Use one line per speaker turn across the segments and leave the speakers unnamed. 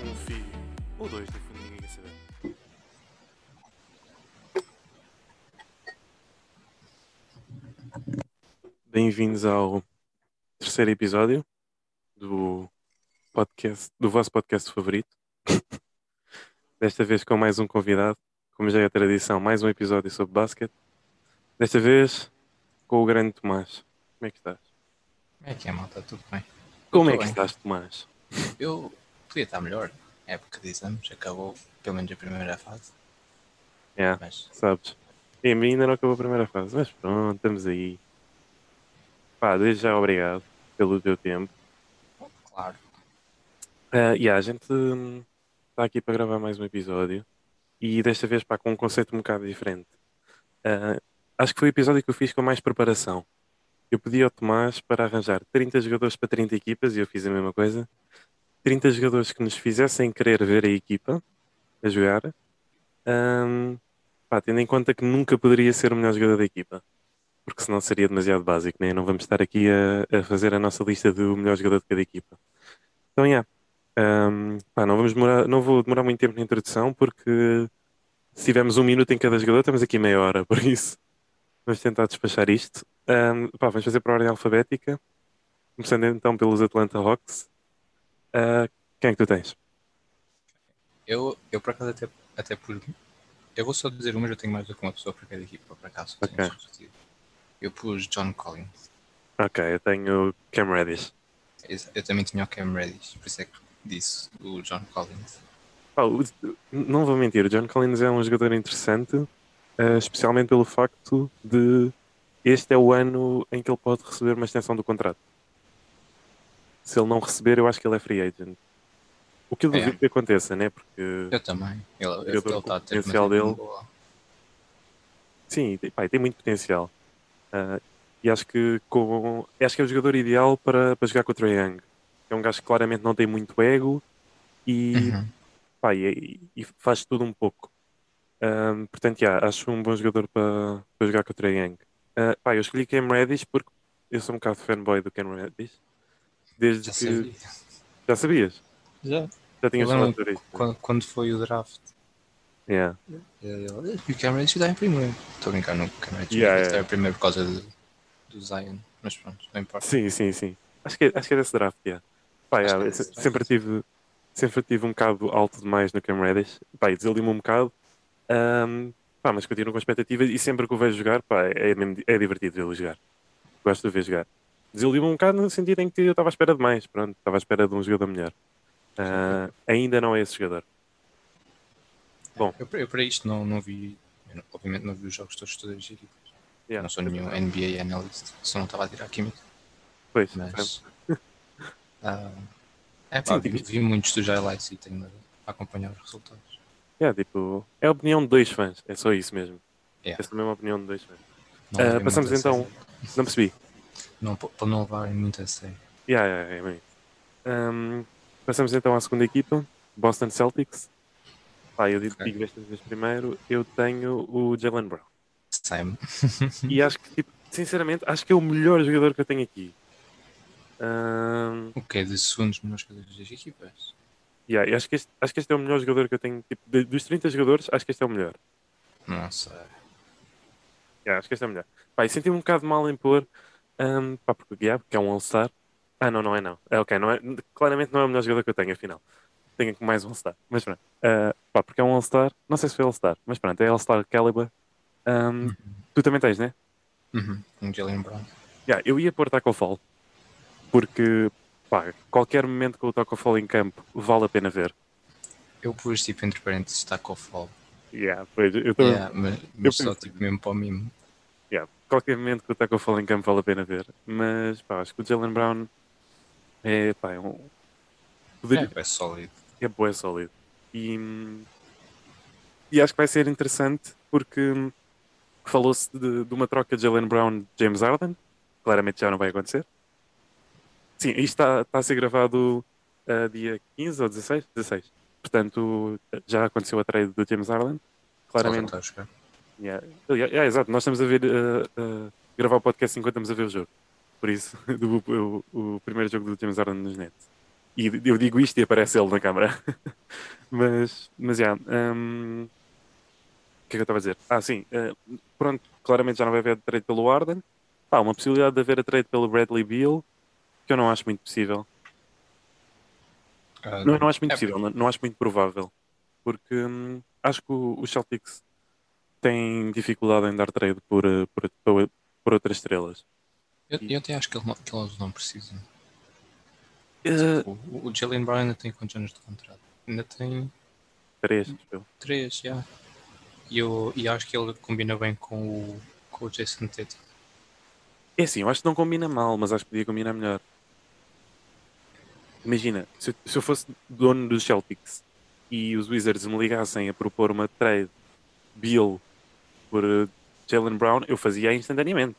Um Ou dois, no fundo, ninguém quer saber. Bem-vindos ao terceiro episódio do podcast, do vosso podcast favorito. Desta vez com mais um convidado, como já é a tradição, mais um episódio sobre basquete. Desta vez com o grande Tomás. Como é que estás?
Como é que é, malta? Tudo bem?
Como é
Muito
que
bem.
estás, Tomás?
Eu podia estar melhor. É porque dizemos, acabou pelo menos a primeira fase.
Yeah.
Mas
sabes? E a mim ainda não acabou a primeira fase, mas pronto, estamos aí. Pá, desde já obrigado pelo teu tempo.
claro,
Ah, e a gente está aqui para gravar mais um episódio e desta vez pá, com um conceito um bocado diferente. Ah, acho que foi o episódio que eu fiz com mais preparação. Eu pedi ao Tomás para arranjar 30 jogadores para 30 equipas e eu fiz a mesma coisa. 30 jogadores que nos fizessem querer ver a equipa a jogar, Ahm, pá, tendo em conta que nunca poderia ser o melhor jogador da equipa, porque senão seria demasiado básico, né? não vamos estar aqui a, a fazer a nossa lista do melhor jogador de cada equipa. Então, yeah. Ahm, pá, não, vamos demorar, não vou demorar muito tempo na introdução, porque se tivermos um minuto em cada jogador, estamos aqui meia hora, por isso vamos tentar despachar isto. Ahm, pá, vamos fazer por ordem alfabética, começando então pelos Atlanta Hawks. Ah, quem é que tu tens?
eu, eu por acaso até, até por. Eu vou só dizer uma, mas eu tenho mais do que uma pessoa para cada equipa, por acaso.
Ok.
tenho discutido. Eu pus John Collins.
Ok, eu tenho Cam Reddish.
Eu, eu também tinha o Cam Reddish, por isso é que disse o John Collins.
Pá, o- não vou mentir, o John Collins é um jogador interessante, eh, especialmente pelo facto de este é o ano em que ele pode receber uma extensão do contrato. Se ele não receber, eu acho que ele é free agent. O que eu
É.
duvido que aconteça, né? Porque
Eu também. Ele, ele,
Jogador
está a ter uma
potencial
temporada
dele.
boa.
Sim, tem- pá, tem muito potencial. Ah, e acho que com, acho que é o jogador ideal para, para jogar com o Trae Young. É um gajo que claramente não tem muito ego e,
Uhum.
pá, e, e faz tudo um pouco. Ahm, portanto, yeah, acho um bom jogador para, para jogar com o Trae Young. Ah, pá, eu escolhi Cam Reddish porque eu sou um bocado fanboy do Cam Reddish. Desde
Já
que.
sabia.
Já sabias?
Já.
Já tinhas
Eu
falado
lembro
sobre isto.
Quando, quando foi o draft.
Yeah.
Ele, E É, o Cam Reddish está em primeiro. Estou a brincar, não. O Cam Reddish
Yeah,
está
yeah.
em primeiro por causa do, do Zion. Mas pronto, não importa.
Sim, sim, sim. Acho que, acho que era esse draft, yeah. Pá,
Acho
yeah,
que era
eu
esse
se-
draft.
sempre tive sempre tive um bocado alto demais no Cam Reddish. Pá, e desilimo um bocado. Ahm, pá, mas continuo com expectativas e sempre que o vejo jogar, pá, é, mesmo- é divertido vê-lo jogar. Gosto de ver jogar. Desilimo um bocado no sentido em que eu estava à espera de mais, pronto, estava à espera de um jogador melhor. Ah, ainda não é esse jogador. Bom.
Eu, eu para isto não, não vi. eu não- obviamente não vi os jogos todos todas as equipas.
Yeah.
Não sou nenhum
é.
NBA analyst, só não estava a tirar química.
Pois, pronto.
Mas. ah, é pá,
Sim,
vi,
tipo-
vi muitos dos highlights e tenho de acompanhar os resultados.
Yeah, tipo, é a opinião de dois fãs, é só isso mesmo.
Yeah.
Essa mesma opinião de dois fãs.
Não
Ah,
levei
passamos
muito a
então-
sério.
Não percebi.
Não, pa- para não levarem muito a sério.
Yeah, yeah, yeah, é bem. Ahm, passamos então à segunda equipa, Boston Celtics. Pá, eu digo,
Ok.
digo desta vez primeiro, eu tenho o Jalen Brown.
Sam.
E acho que, tipo, sinceramente, acho que é o melhor jogador que eu tenho aqui. Ahm,
O que é de segundos melhores jogadores das equipas?
yeah, eu acho, que este, acho que este é o melhor jogador que eu tenho. Tipo, de- dos 30 jogadores, acho que este é o melhor.
Não sei.
Yeah, acho que este é o melhor. Pá, e senti-me um bocado mal em pôr, ahm, pá, porque, yeah, porque é um All-Star. Ah, não, não é não. É, ok, não é, claramente não é o melhor jogador que eu tenho, afinal. Tenho mais um All-Star. Mas pronto. Ah, pá, porque é um All-Star. Não sei se foi All-Star, mas pronto, é All-Star Caliber. Ahm, Tu também tens, né?
Uhum. Um Jalen Brown.
Yeah, eu ia pôr Taco Fall, porque, pá, qualquer momento que o Taco Fall em campo vale a pena ver.
Eu pus tipo entre parênteses Taco Fall.
Yeah, pois, eu também.
Yeah, mas mas só
pensei.
tipo mesmo para o mimo.
yeah, qualquer momento que o Taco Fall em campo vale a pena ver. Mas pá, acho que o Jalen Brown é, pá, é um. Poderia,
É, é sólido.
é boa, é sólido. E, hum, e acho que vai ser interessante porque hum, falou-se de, de uma troca de Jalen Brown James Harden. Claramente já não vai acontecer. Sim, isto está, está a ser gravado ah, dia 15 ou 16? 16. Portanto, já aconteceu a trade do James Harden. Claramente
Só voltar a jogar.
Yeah. Yeah, yeah, exato, nós estamos a ver uh, uh, gravar o podcast enquanto estamos a ver o jogo. Por isso, do- o, o primeiro jogo do James Harden nos Nets. E eu digo isto e aparece ele na câmara. mas, mas, já. hum, o que é que eu estava a dizer? Ah, sim. eh, pronto, claramente já não vai haver trade pelo Arden. Pá, uma possibilidade de haver a trade pelo Bradley Beal, que eu não acho muito possível.
Ah,
Não, não acho muito
É,
possível, não, não acho muito provável. Porque hum, acho que o- os Celtics têm dificuldade em dar trade por, eh, por, por- por outras estrelas.
Eu, eu até acho que, ele, não- que eles não precisam.
Eh,
O, o- o Jalen Brown ainda tem quantos anos de contrato? Ainda tem
três, acho eu.
três já. E, eu, e acho que ele combina bem com o, com o Jason Tatum.
É assim, eu acho que não combina mal, mas acho que podia combinar melhor. Imagina, se eu, se eu fosse dono dos Celtics e os Wizards me ligassem a propor uma trade Bill por eh, Jalen Brown, eu fazia instantaneamente.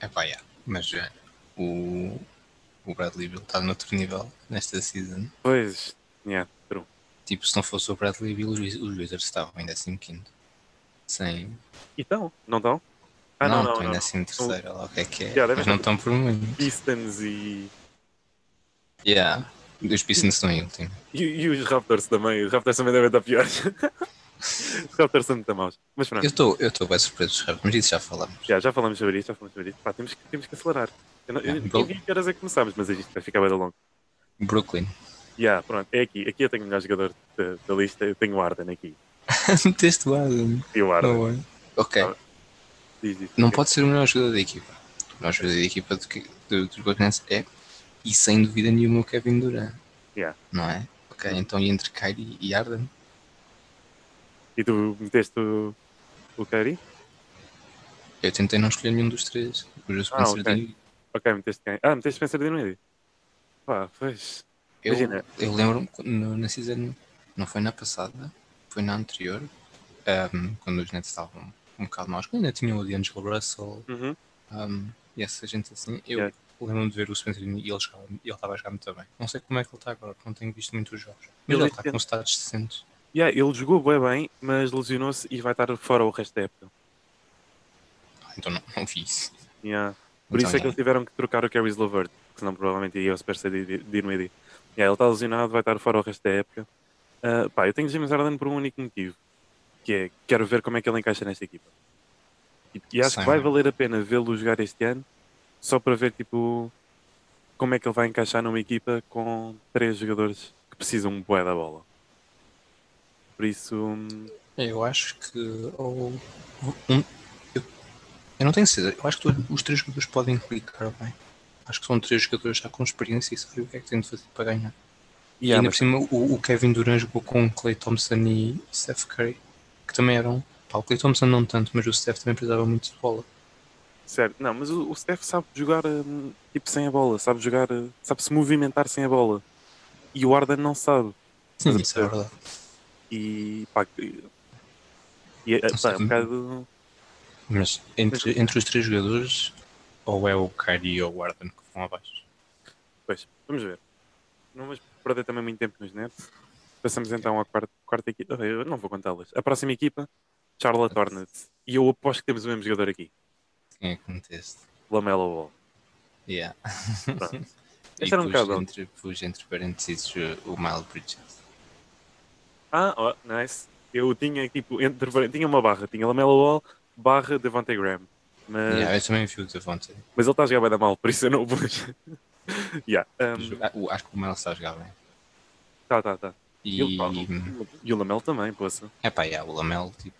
É pá, yeah. Mas já, o, o Bradley Beal está noutro nível nesta season.
Pois, yeah, true.
Tipo, se não fosse o Bradley Beal, os Wiz- os Wizards estavam em 15. Sem.
Então, não estão? Ah, não, não,
estão
não.
em 13, lá o que é que é.
Yeah, devem
mas não estão por muito.
Pistons e,
Yeah. Os Pistons estão em último.
e, e os Raptors também. Os Raptors também devem estar piores. os Raptors são muito maus. Mas pronto,
Eu estou eu estou bem surpreso dos Raptors, mas isso já falamos.
já, já falamos sobre isto, já falamos sobre isto. Pá, temos, que, temos que acelerar. Eu não, eu
Yeah,
nem
Bill-
vi que horas é que começámos, mas isto vai ficar bem longo.
Brooklyn.
Yeah, pronto, é aqui. Aqui eu tenho o melhor jogador da, da lista. Eu tenho o Arden aqui.
Meteste o Adam.
E o Arden.
Não é? Ok.
Não. Diz isso.
Não pode ser o melhor jogador da equipa. O melhor jogador da equipa do que, do, dos Golden Nets é, e sem dúvida nenhuma, o Kevin Durant.
Yeah.
Não é? Ok, então e entre Kyrie e Arden?
E tu meteste o, o Curry?
Eu tentei não escolher nenhum dos três. O Júlio
Ah,
Spencer
ok.
Dinwiddie.
Ok, meteste quem? Ah, meteste Spencer Dinwiddie. Pá, pois.
Eu,
Imagina.
eu lembro-me quando- no- na season, não foi na passada, foi na anterior, ahm, quando os Nets estavam um bocado maus, quando ainda tinham o D'Angelo Russell
Uhum.
ahm, e essa gente assim. Eu
Yeah.
lembro-me de ver o Spencer Dinwiddie e ele jogava- ele estava a jogar muito bem. Não sei como é que ele está agora, porque não tenho visto muitos jogos. Mas
Ele
ele está
este
com status decentes.
Yeah, ele jogou bem, bem, mas lesionou-se e vai estar fora o resto da época.
Ah, Então não, não vi isso.
Yeah. Por
Então,
isso é que
já.
eles tiveram que trocar o Caris Lovert, que senão provavelmente ia ao Spencer Di- Dinwiddie. Yeah, ele está lesionado, vai estar fora o resto da época. Ah, pá, eu tenho James Harden por um único motivo, que é quero ver como é que ele encaixa nesta equipa. E, e acho
Sim.
que vai valer a pena vê-lo jogar este ano, só para ver tipo como é que ele vai encaixar numa equipa com três jogadores que precisam bué da bola. Por isso, hum,
Eu acho que. ou- um- eu, eu não tenho certeza. Eu acho que todos- os três jogadores podem clicar bem. Acho que são três jogadores já com experiência e sabem o que é que têm de fazer para ganhar. E
yeah,
ainda
mas-
por cima, o, o Kevin Durant jogou com o Clay Thompson e Steph Curry, que também eram. Pá, o Clay Thompson não tanto, mas o Steph também precisava muito de bola.
Sério, não, mas o, o Steph sabe jogar hum, tipo sem a bola, sabe jogar, eh, sabe se movimentar sem a bola. E o Arden não sabe.
Sim,
Sim,
isso é
sim.
verdade.
E pá, que- e, eh,
Não
pá,
sei
é um
como-
bocado.
Mas entre, entre os três jogadores, ou é o Kyrie ou o Arden que vão abaixo?
Pois, vamos ver. Não vamos perder também muito tempo nos nets. Passamos então à quarta, quarta equipa. Ah, Eu não vou contá-las. A próxima equipa, Charlotte Hornets. E eu aposto que temos o mesmo jogador aqui,
Quem é que conteste?
Lamelo Ball.
Yeah.
Pronto.
E
Este era um
pus
bocado.
entre, pus entre parênteses uh, o Miles Bridges.
Ah, ó, nice. Eu tinha tipo, entre, tinha uma barra, tinha Lamelo Ball, barra Devontae Graham. Mas,
Yeah, eu também vi o Devontae.
mas ele está a jogar bem da mal, por isso eu não o pus. yeah, um,
Ah, o- Acho que o Miles está a jogar bem.
tá, tá, tá. E,
E,
ele tá bom. e o Lamelo também, poça.
é pá, yeah, o Lamelo, tipo,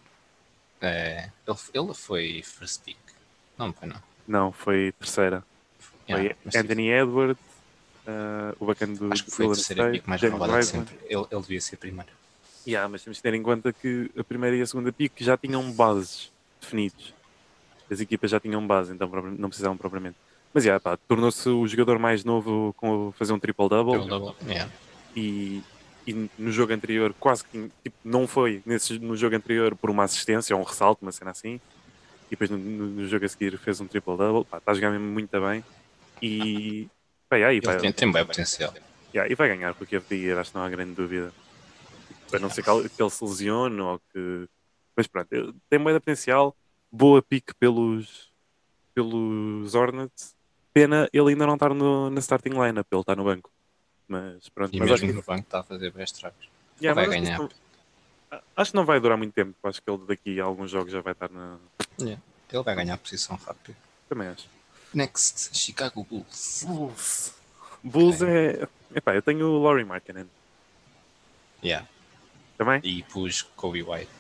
é, ele, ele foi first pick. Não, foi não.
Não, foi terceira.
Yeah,
foi
mas, tipo,
Anthony Edwards, ah, o bacana do
acho que foi a
Golden
terceira
State,
pick mais
James
roubada de
Wiseman.
sempre. Ele, ele devia ser primeiro.
Yeah, mas temos que ter em conta que a primeira e a segunda pick já tinham bases definidos. As equipas já tinham base, então propri- não precisavam propriamente. Mas yeah, pá, tornou-se o jogador mais novo com a fazer um
Pelo
triple-double
double, yeah.
e, e no jogo anterior quase que tinha- tipo, não foi nesse, no jogo anterior por uma assistência ou um ressalto, uma cena assim. E depois no, no- no jogo a seguir fez um triple-double. Pá, Está a jogar mesmo muito bem. E, pá, yeah, e,
Ele
vai,
tem, tem bem potencial.
yeah, e vai ganhar com o Kevin Durant, acho que não há grande dúvida. A não ser que ele que ele se lesione ou que. Mas pronto, ele tem boa potencial, boa pique pelos, pelos Hornets. Pena ele ainda não estar no, na starting lineup, ele está no banco. Mas pronto,
E
mas acho
mesmo
que-
no banco está a fazer best tracks.
Yeah,
vai
mas acho que
ganhar.
isso não- Acho que não vai durar muito tempo. Acho que ele daqui a alguns jogos já vai estar na.
Ele vai ganhar a posição rápido.
Também acho.
Next, Chicago Bulls.
Bulls. Bulls é. Epá, eu tenho o Laurie Markkinen
Yeah.
também.
E pus Kobe White.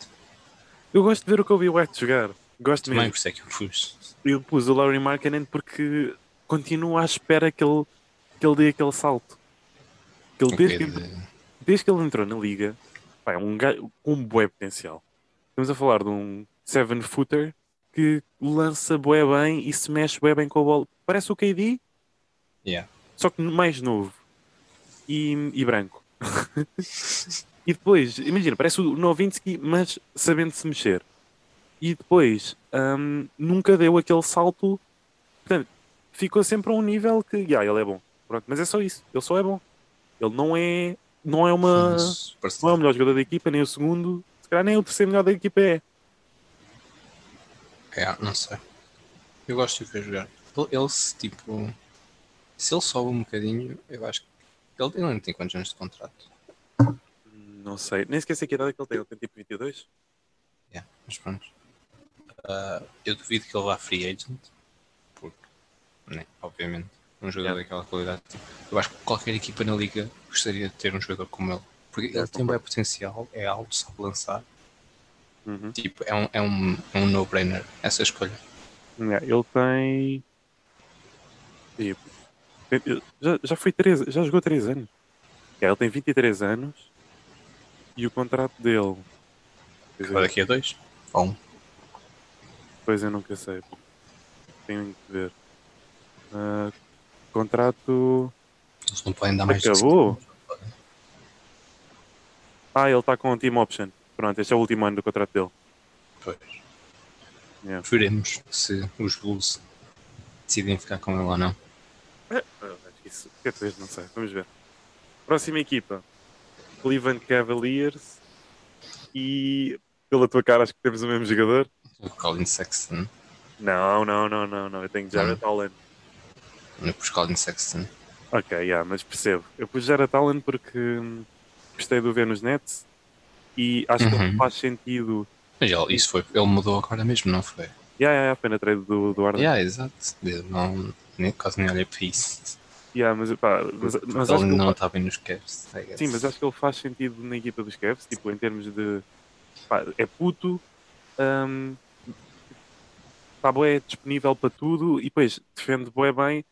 Eu gosto de ver o Kobe White jogar. Gosto
Também
mesmo.
por isso é que eu pus.
Eu pus o Laurie Markkinen porque continuo à espera que ele, que ele dê aquele salto. Que ele, desde, que,
Aquele-
desde que ele entrou na liga, pá, é um gajo com um bué potencial. Estamos a falar de um seven footer que lança bué bem e se mexe bué bem com a bola. Parece o KD,
Yeah.
só que mais novo e, e branco. e depois, imagina, parece o Novinsky, mas sabendo se mexer. E depois, hum, nunca deu aquele salto. Portanto, ficou sempre a um nível que, ah, ele é bom. Pronto, mas é só isso, ele só é bom. Ele não é, não é uma.
Mas parece-
Não é o melhor jogador da equipa, nem o segundo, se calhar nem o terceiro melhor da equipa é.
É, não sei. Eu gosto de o ver jogar. Ele, ele se tipo. Se ele sobe um bocadinho, eu acho que. Ele, ele ainda tem quantos anos de contrato?
Não sei, nem esqueci que idade que ele tem, ele tem tipo 22.
Yeah, mas pronto. Ah, eu duvido que ele vá free agent. Porque, né, obviamente, um jogador
Yeah.
daquela qualidade. tipo, Eu acho que qualquer equipa na liga gostaria de ter um jogador como ele. Porque ele tem bem potencial, é alto, sabe lançar.
Uhum.
Tipo, é um, é um, é um no-brainer essa escolha.
Yeah, É, ele tem. Tipo, tem- já, já foi 13, já jogou 3 anos. Yeah, ele tem 23 anos e o contrato dele. Quer dizer,
Agora daqui a dois? Ou um.
Pois eu nunca sei. Tenho que ver. Ah, contrato.
Eles não podem dar mais de
Acabou?
cinco.
Ah, ele está com um team option. Pronto, este é o último ano do contrato dele.
Pois.
Yeah.
Veremos se os Bulls decidem ficar com ele ou não.
É, eu acho que Isso, quer dizer, não sei. Vamos ver. Próxima equipa: Cleveland Cavaliers. E pela tua cara, acho que temos o mesmo jogador.
O Colin Sexton.
Não, não, não, não, não. Eu tenho Jared Allen.
Eu pus é Colin Sexton.
Ok, yeah, mas percebo. Eu pus Jared Allen porque hum, gostei de o ver nos Nets e acho que ele
Uhhm.
faz sentido.
Mas ele, isso foi, ele mudou agora mesmo, não foi?
Yeah, yeah, yeah, foi na trade do, do Arden. Yeah.
Yeah, exato. Eu não, nem, quase nem olhei para isso.
mas, pá, mas, mas acho
ele
que ele
não
fa-
está bem nos caps. I guess.
sim, mas acho que ele faz sentido na equipa dos Cavs, tipo, em termos de. pá, é puto, está boé disponível para tudo e depois defende boé bem,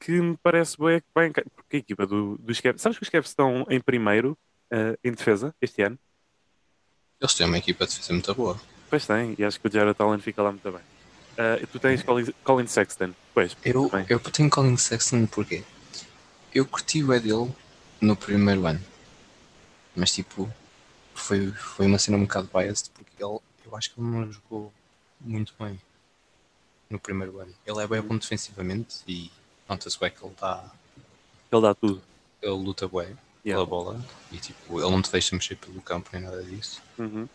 que me parece boé que vai enca- Porque a equipa do, dos Cavs. Sabes que os Cavs estão em primeiro ah, em defesa este ano?
Eles têm uma equipa de defesa muito boa.
Pois tem, e acho que o Jared Allen fica lá muito bem. Ah, tu tens Colin, Colin Sexton, pois.
Eu,
Bem.
eu tenho Colin Sexton porque eu curti o é dele no primeiro ano, mas tipo, foi, foi uma cena um bocado biased porque ele, eu acho que ele não jogou muito bem no primeiro ano. Ele é bem bom defensivamente e nota-se bem que ele, dá,
Ele dá tudo.
ele luta bem
Yeah.
pela bola e tipo, ele não te deixa mexer pelo campo nem nada disso.
Uhum.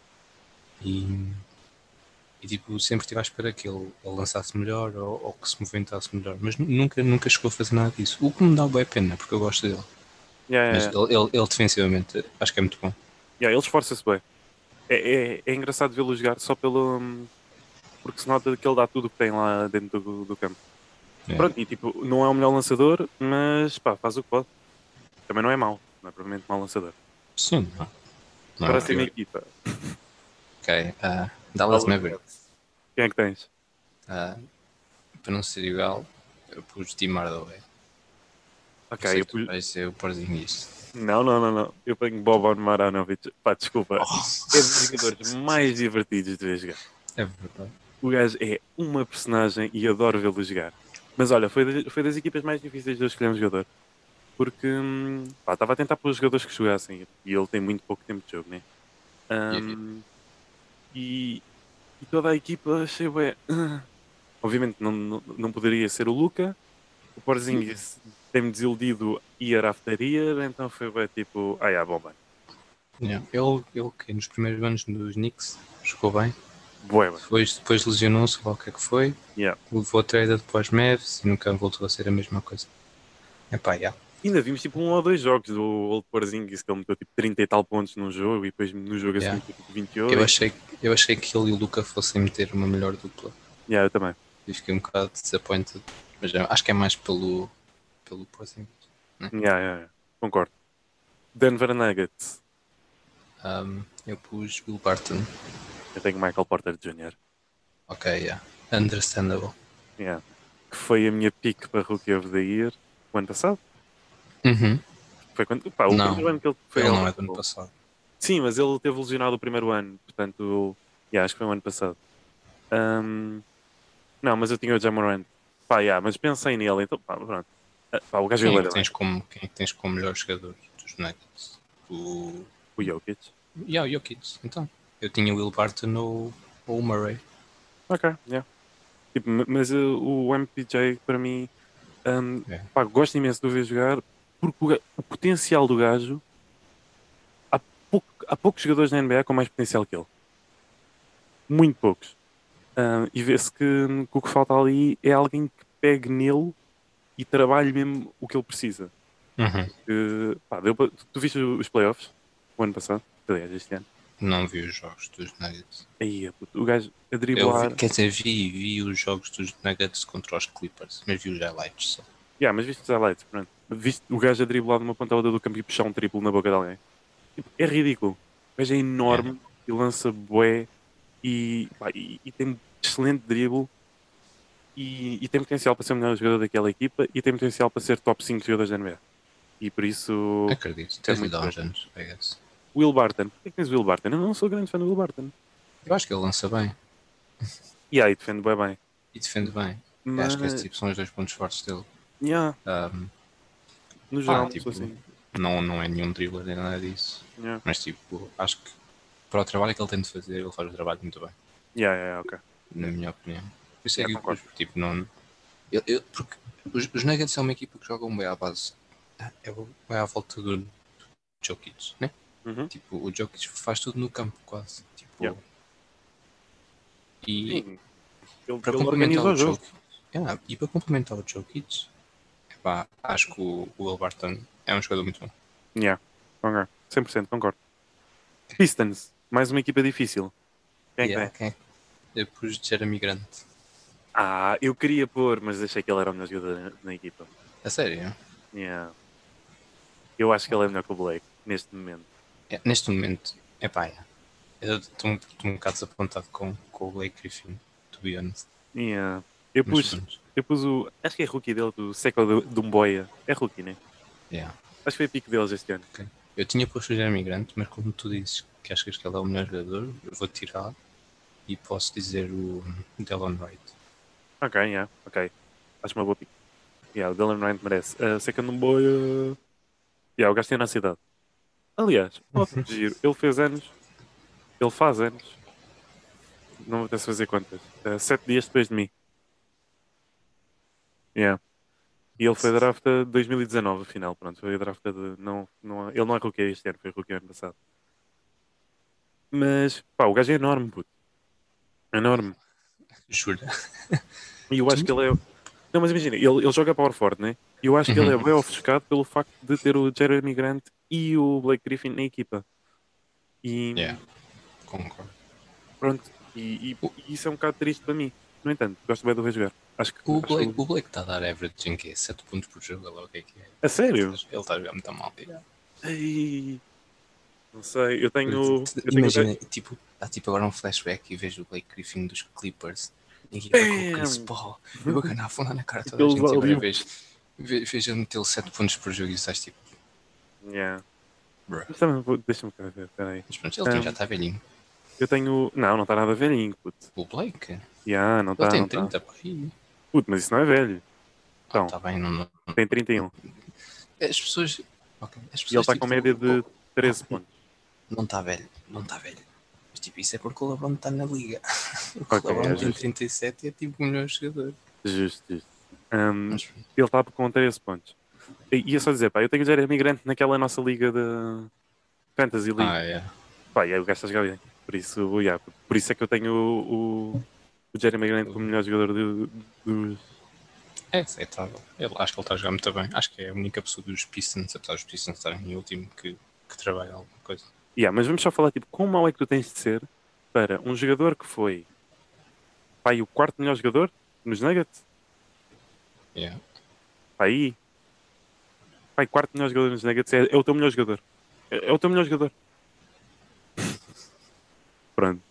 E, e, tipo, sempre estive à espera que ele, ele lançasse melhor ou, ou que se movimentasse melhor, mas nu- nunca, nunca chegou a fazer nada disso. O que me dá bem pena, porque eu gosto dele.
Yeah, yeah,
Mas
yeah.
ele, ele, ele defensivamente acho que é muito bom.
Yeah, ele esforça-se bem. É, é, é engraçado vê-lo jogar só pelo. hum, Porque se nota que ele dá tudo o que tem lá dentro do, do campo.
É.
Pronto, e tipo, não é o melhor lançador, mas pá, faz o que pode. Também não é mau, não é provavelmente mau lançador.
Sim, não. não é
Próxima
horrível.
equipa.
ok. ah, Dallas Mavericks.
Quem é que tens?
Ah, para não ser igual, eu pus Tim Hardaway.
Ok, eu pus-
Vai ser o pardinho disto.
Não, não, não, não. Eu tenho Boban Maranovic. Pá, desculpa.
Oh.
É dos jogadores mais divertidos de ver jogar.
É verdade.
O gajo é uma personagem e adoro vê-lo jogar. Mas olha, foi das, foi das equipas mais difíceis de eu escolher um jogador. Porque hum, pá, estava a tentar pôr os jogadores que jogassem e ele tem muito pouco tempo de jogo, né? Hum, e, e toda a equipa achei bem. Obviamente não, não, não poderia ser o Luca. O Porzingis tem-me desildido year after year, então foi bem tipo, ah, yeah, bom, bem.
Yeah. Ele, ele que nos primeiros anos dos Knicks jogou bem.
Boa,
Depois, depois lesionou-se, lá o que é que foi.
Yeah.
Levou a trader depois Mavs e nunca voltou a ser a mesma coisa. Epá, yeah.
Ainda vimos tipo um ou dois jogos do Old Porzingis que ele meteu tipo 30 e tal pontos num jogo e depois no jogo
Yeah.
assim meteu tipo 28.
eu, achei, eu achei que ele e o Luca fossem meter uma melhor dupla.
Yeah, eu também.
E fiquei um bocado disappointed. Mas é- acho que é mais pelo, pelo Porzingis.
Yeah, yeah, yeah. Concordo. Denver Nuggets.
Um, eu pus Will Barton.
Eu tenho Michael Porter Jr.
Ok, yeah. Understandable.
Yeah. Que foi a minha pick para Rookie of the Year o ano passado.
Uhum.
Foi quando. Pá, o
Não.
primeiro ano que ele foi.
Ele
ao
não é do
Super
ano
Bowl.
passado.
Sim, mas ele teve lesionado o primeiro ano, portanto, yeah, acho que foi o ano passado. Ahm, não, mas eu tinha o Jamorant. Pá, yeah, mas pensei nele, então, pá, pronto. Ah, pá, o gajo
Quem é,
é
que
bem,
tens como, quem é que tens como melhor jogador dos Nuggets? O.
o Jokic.
Yeah, o Jokic. Então, eu tinha o Will Barton ou ou o Murray.
Ok, yeah. Tipo, m- mas uh, o MPJ, para mim, ahm,
É.
pá, gosto imenso de o ver jogar, porque o, ga- o potencial do gajo, há, pouco- há poucos jogadores na NBA com mais potencial que ele. Muito poucos. Ah, e vê-se que, hum, que o que falta ali é alguém que pegue nele e trabalhe mesmo o que ele precisa. Que, pá, deu pra- tu, tu viste os playoffs o ano passado? Aliás, este ano.
Não vi os jogos dos Nuggets.
Aí, puto, o gajo a
Eu
driblar.
vi, quer dizer, vi, vi os jogos dos Nuggets contra os Clippers, mas vi os highlights só.
Yeah, mas viste os highlights, pronto. Viste o gajo a driblar de uma ponta à outra do campo e puxar um triplo na boca de alguém. Tipo, é ridículo. O gajo é enorme e lança bué e, pá, e, e tem excelente drible e, e tem potencial para ser o melhor jogador daquela equipa e tem potencial para ser top 5 jogadores da NBA. E por isso,
Acredito, tens
muito
lido há uns anos, I guess.
Will Barton. Por que tens Will Barton? Eu não sou grande fã do Will Barton.
Eu acho que ele lança bem
E aí, defende bué bem.
e defende bem. Eu
Mas,
Acho que esses tipo, são os dois pontos fortes dele.
yeah,
Um,
no geral,
tipo,
sou assim.
não, não é nenhum dribbler nem nada disso,
Yeah.
mas tipo, acho que para o trabalho que ele tem de fazer, ele faz o trabalho muito bem.
Yeah, yeah, ok.
na minha opinião. Eu sei
É,
que
concordo.
os- tipo, não. Eu, eu- porque os, os Nuggets são uma equipa que jogam bem à base. É, o- é à volta do Jokic, né?
Uhum.
Tipo, o Jokic faz tudo no campo, quase. Tipo,
Yeah.
E
Sim. Ele,
para
ele organiza
complementar o
o jogo.
Jokic. Yeah, e para complementar o Jokic, epá, acho que o, o Alberton é um jogador muito bom.
Yeah, concordo. 100% concordo. Pistons, mais uma equipa difícil. Quem é que
Yeah,
tem?
quem é que- Eu pus Jeremy Grant.
Ah, eu queria pôr, mas achei que ele era o melhor jogador na, na equipa.
A sério?
Yeah. Eu acho que ele é melhor que o Blake, neste momento.
É, neste momento, é pá, é. eu estou um, tô um bocado desapontado com, com o Blake Griffin, to be honest.
Yeah. Eu,
Mas
pus,
pronto,
eu pus o. Acho que é rookie dele, do Seco do- Dumboia. É rookie, né?
yeah.
Acho que foi pico deles este ano.
Eu tinha posto o Jeremy Grant, mas como tu dizes que achas que ele é o melhor jogador, eu vou tirar e posso dizer o Delon Wright.
Ok, yeah, ok. Acho uma boa pick. Yeah, o Dylan Ryan merece. Uh, Second Boy. Uh... Yeah, o gajo tem na cidade. Aliás, outro giro. Ele fez anos. Ele faz anos. Não vou ter se fazer contas. Uh, sete dias depois de mim. Yeah. E ele foi draft de 2019, afinal. Pronto, foi draft de. Não, não, ele não é rookie este ano, foi rookie ano passado. Mas, pá, o gajo é enorme, puto. Enorme.
Jura?
E eu acho que ele é. Não, mas imagina, ele, ele joga Power Forward, né? E eu acho que
Uhum.
ele é bem ofuscado pelo facto de ter o Jeremy Grant e o Blake Griffin na equipa. E
Yeah, concordo.
pronto, e, e- e isso é um bocado triste para mim. No entanto, gosto bem de o ver jogar. Acho que.
O
acho que- é
Blake, o Blake está a dar average em quê? 7 pontos por jogo, olha lá o que é que é.
um- A sério?
Ele está a jogar muito mal. Yeah.
Ei, não sei, eu tenho. Eu tenho
Imagina, tipo, há tipo agora um flashback e vejo o Blake Griffin dos Clippers e aqui vai com o Chris
Bam!
Paul. Eu vou ganhar a funda na cara toda a
Aquele
gente e agora
valeu.
vês ve- vejo ele meter 7 pontos por jogo e estás tipo,
Yeah.
bruh.
Mas também vou- Deixa-me cá ver, peraí.
Mas pronto, ele tem-
Ah.
já está velhinho.
Eu tenho. Não, não está nada velhinho, puto.
O Blake, ele
Yeah, não está.
tem
Não tá.
30, pá. Ih.
Puto, mas isso não é velho.
Ah,
Então.
está né? Ah, bem, não, não.
Tem 31.
As pessoas. ok, As pessoas
E ele está
tipo,
com média de 13 pontos.
Não está velho, não está velho. Mas tipo, isso é porque o LeBron está na liga. O
Ok,
LeBron
é
tem
justo.
37 e é tipo o melhor jogador.
Justo, justo. Um,
Mas
ele está com 13 pontos. E ia só dizer, é pá, eu tenho o Jeremy Grant naquela nossa liga de Fantasy League.
Ah, é.
Pá, e aí o gajo está a jogar bem. Por isso, yeah, por isso é que eu tenho o, o, o Jeremy Grant como melhor jogador do- dos.
É aceitável. Ele- acho que ele está a jogar muito bem. Acho que é a única pessoa dos Pistons, apesar dos Pistons estarem em último, que, que trabalha alguma coisa.
Yeah, mas vamos só falar, tipo, quão mau é que tu tens de ser para um jogador que foi pai, o quarto melhor jogador nos Nuggets?
Yeah.
Pá, aí. Pai, quarto melhor jogador nos Nuggets é, é o teu melhor jogador. É, é o teu melhor jogador. Pronto.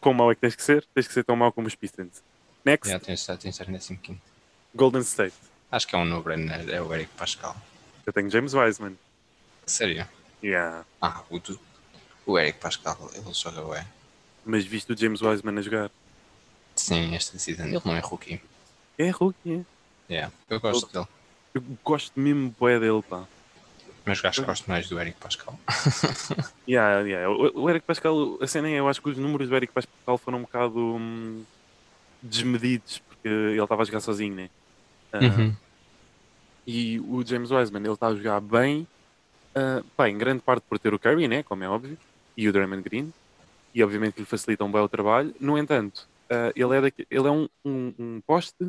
Quão mau é que tens que ser? Tens que ser tão mau como os Pistons. Next,
Yeah, tem de estar tem de estar em 15.
Golden State.
Acho que é um no-brainer, é o Eric Pascal.
Eu tenho James Wiseman.
Sério?
Yeah.
Ah, o, do- o Eric Pascal, ele joga bem.
Mas visto o James Wiseman a jogar.
Sim, esta season. Ele não é rookie.
É rookie, é.
Yeah. Eu gosto dele.
Eu gosto mesmo bué dele, pá.
Mas acho que gosto mais do Eric Pascal.
Yeah, yeah. O, o Eric Pascal, a cena é, eu acho que os números do Eric Pascal foram um bocado hum, desmedidos, porque ele estava a jogar sozinho, né? Ah,
Uhum.
E o James Wiseman, ele está a jogar bem, ah, pá, em grande parte por ter o Curry, né? Como é óbvio, e o Draymond Green, e obviamente que lhe facilitam bem o trabalho. No entanto, ah, ele é, daqu- ele é um, um, um poste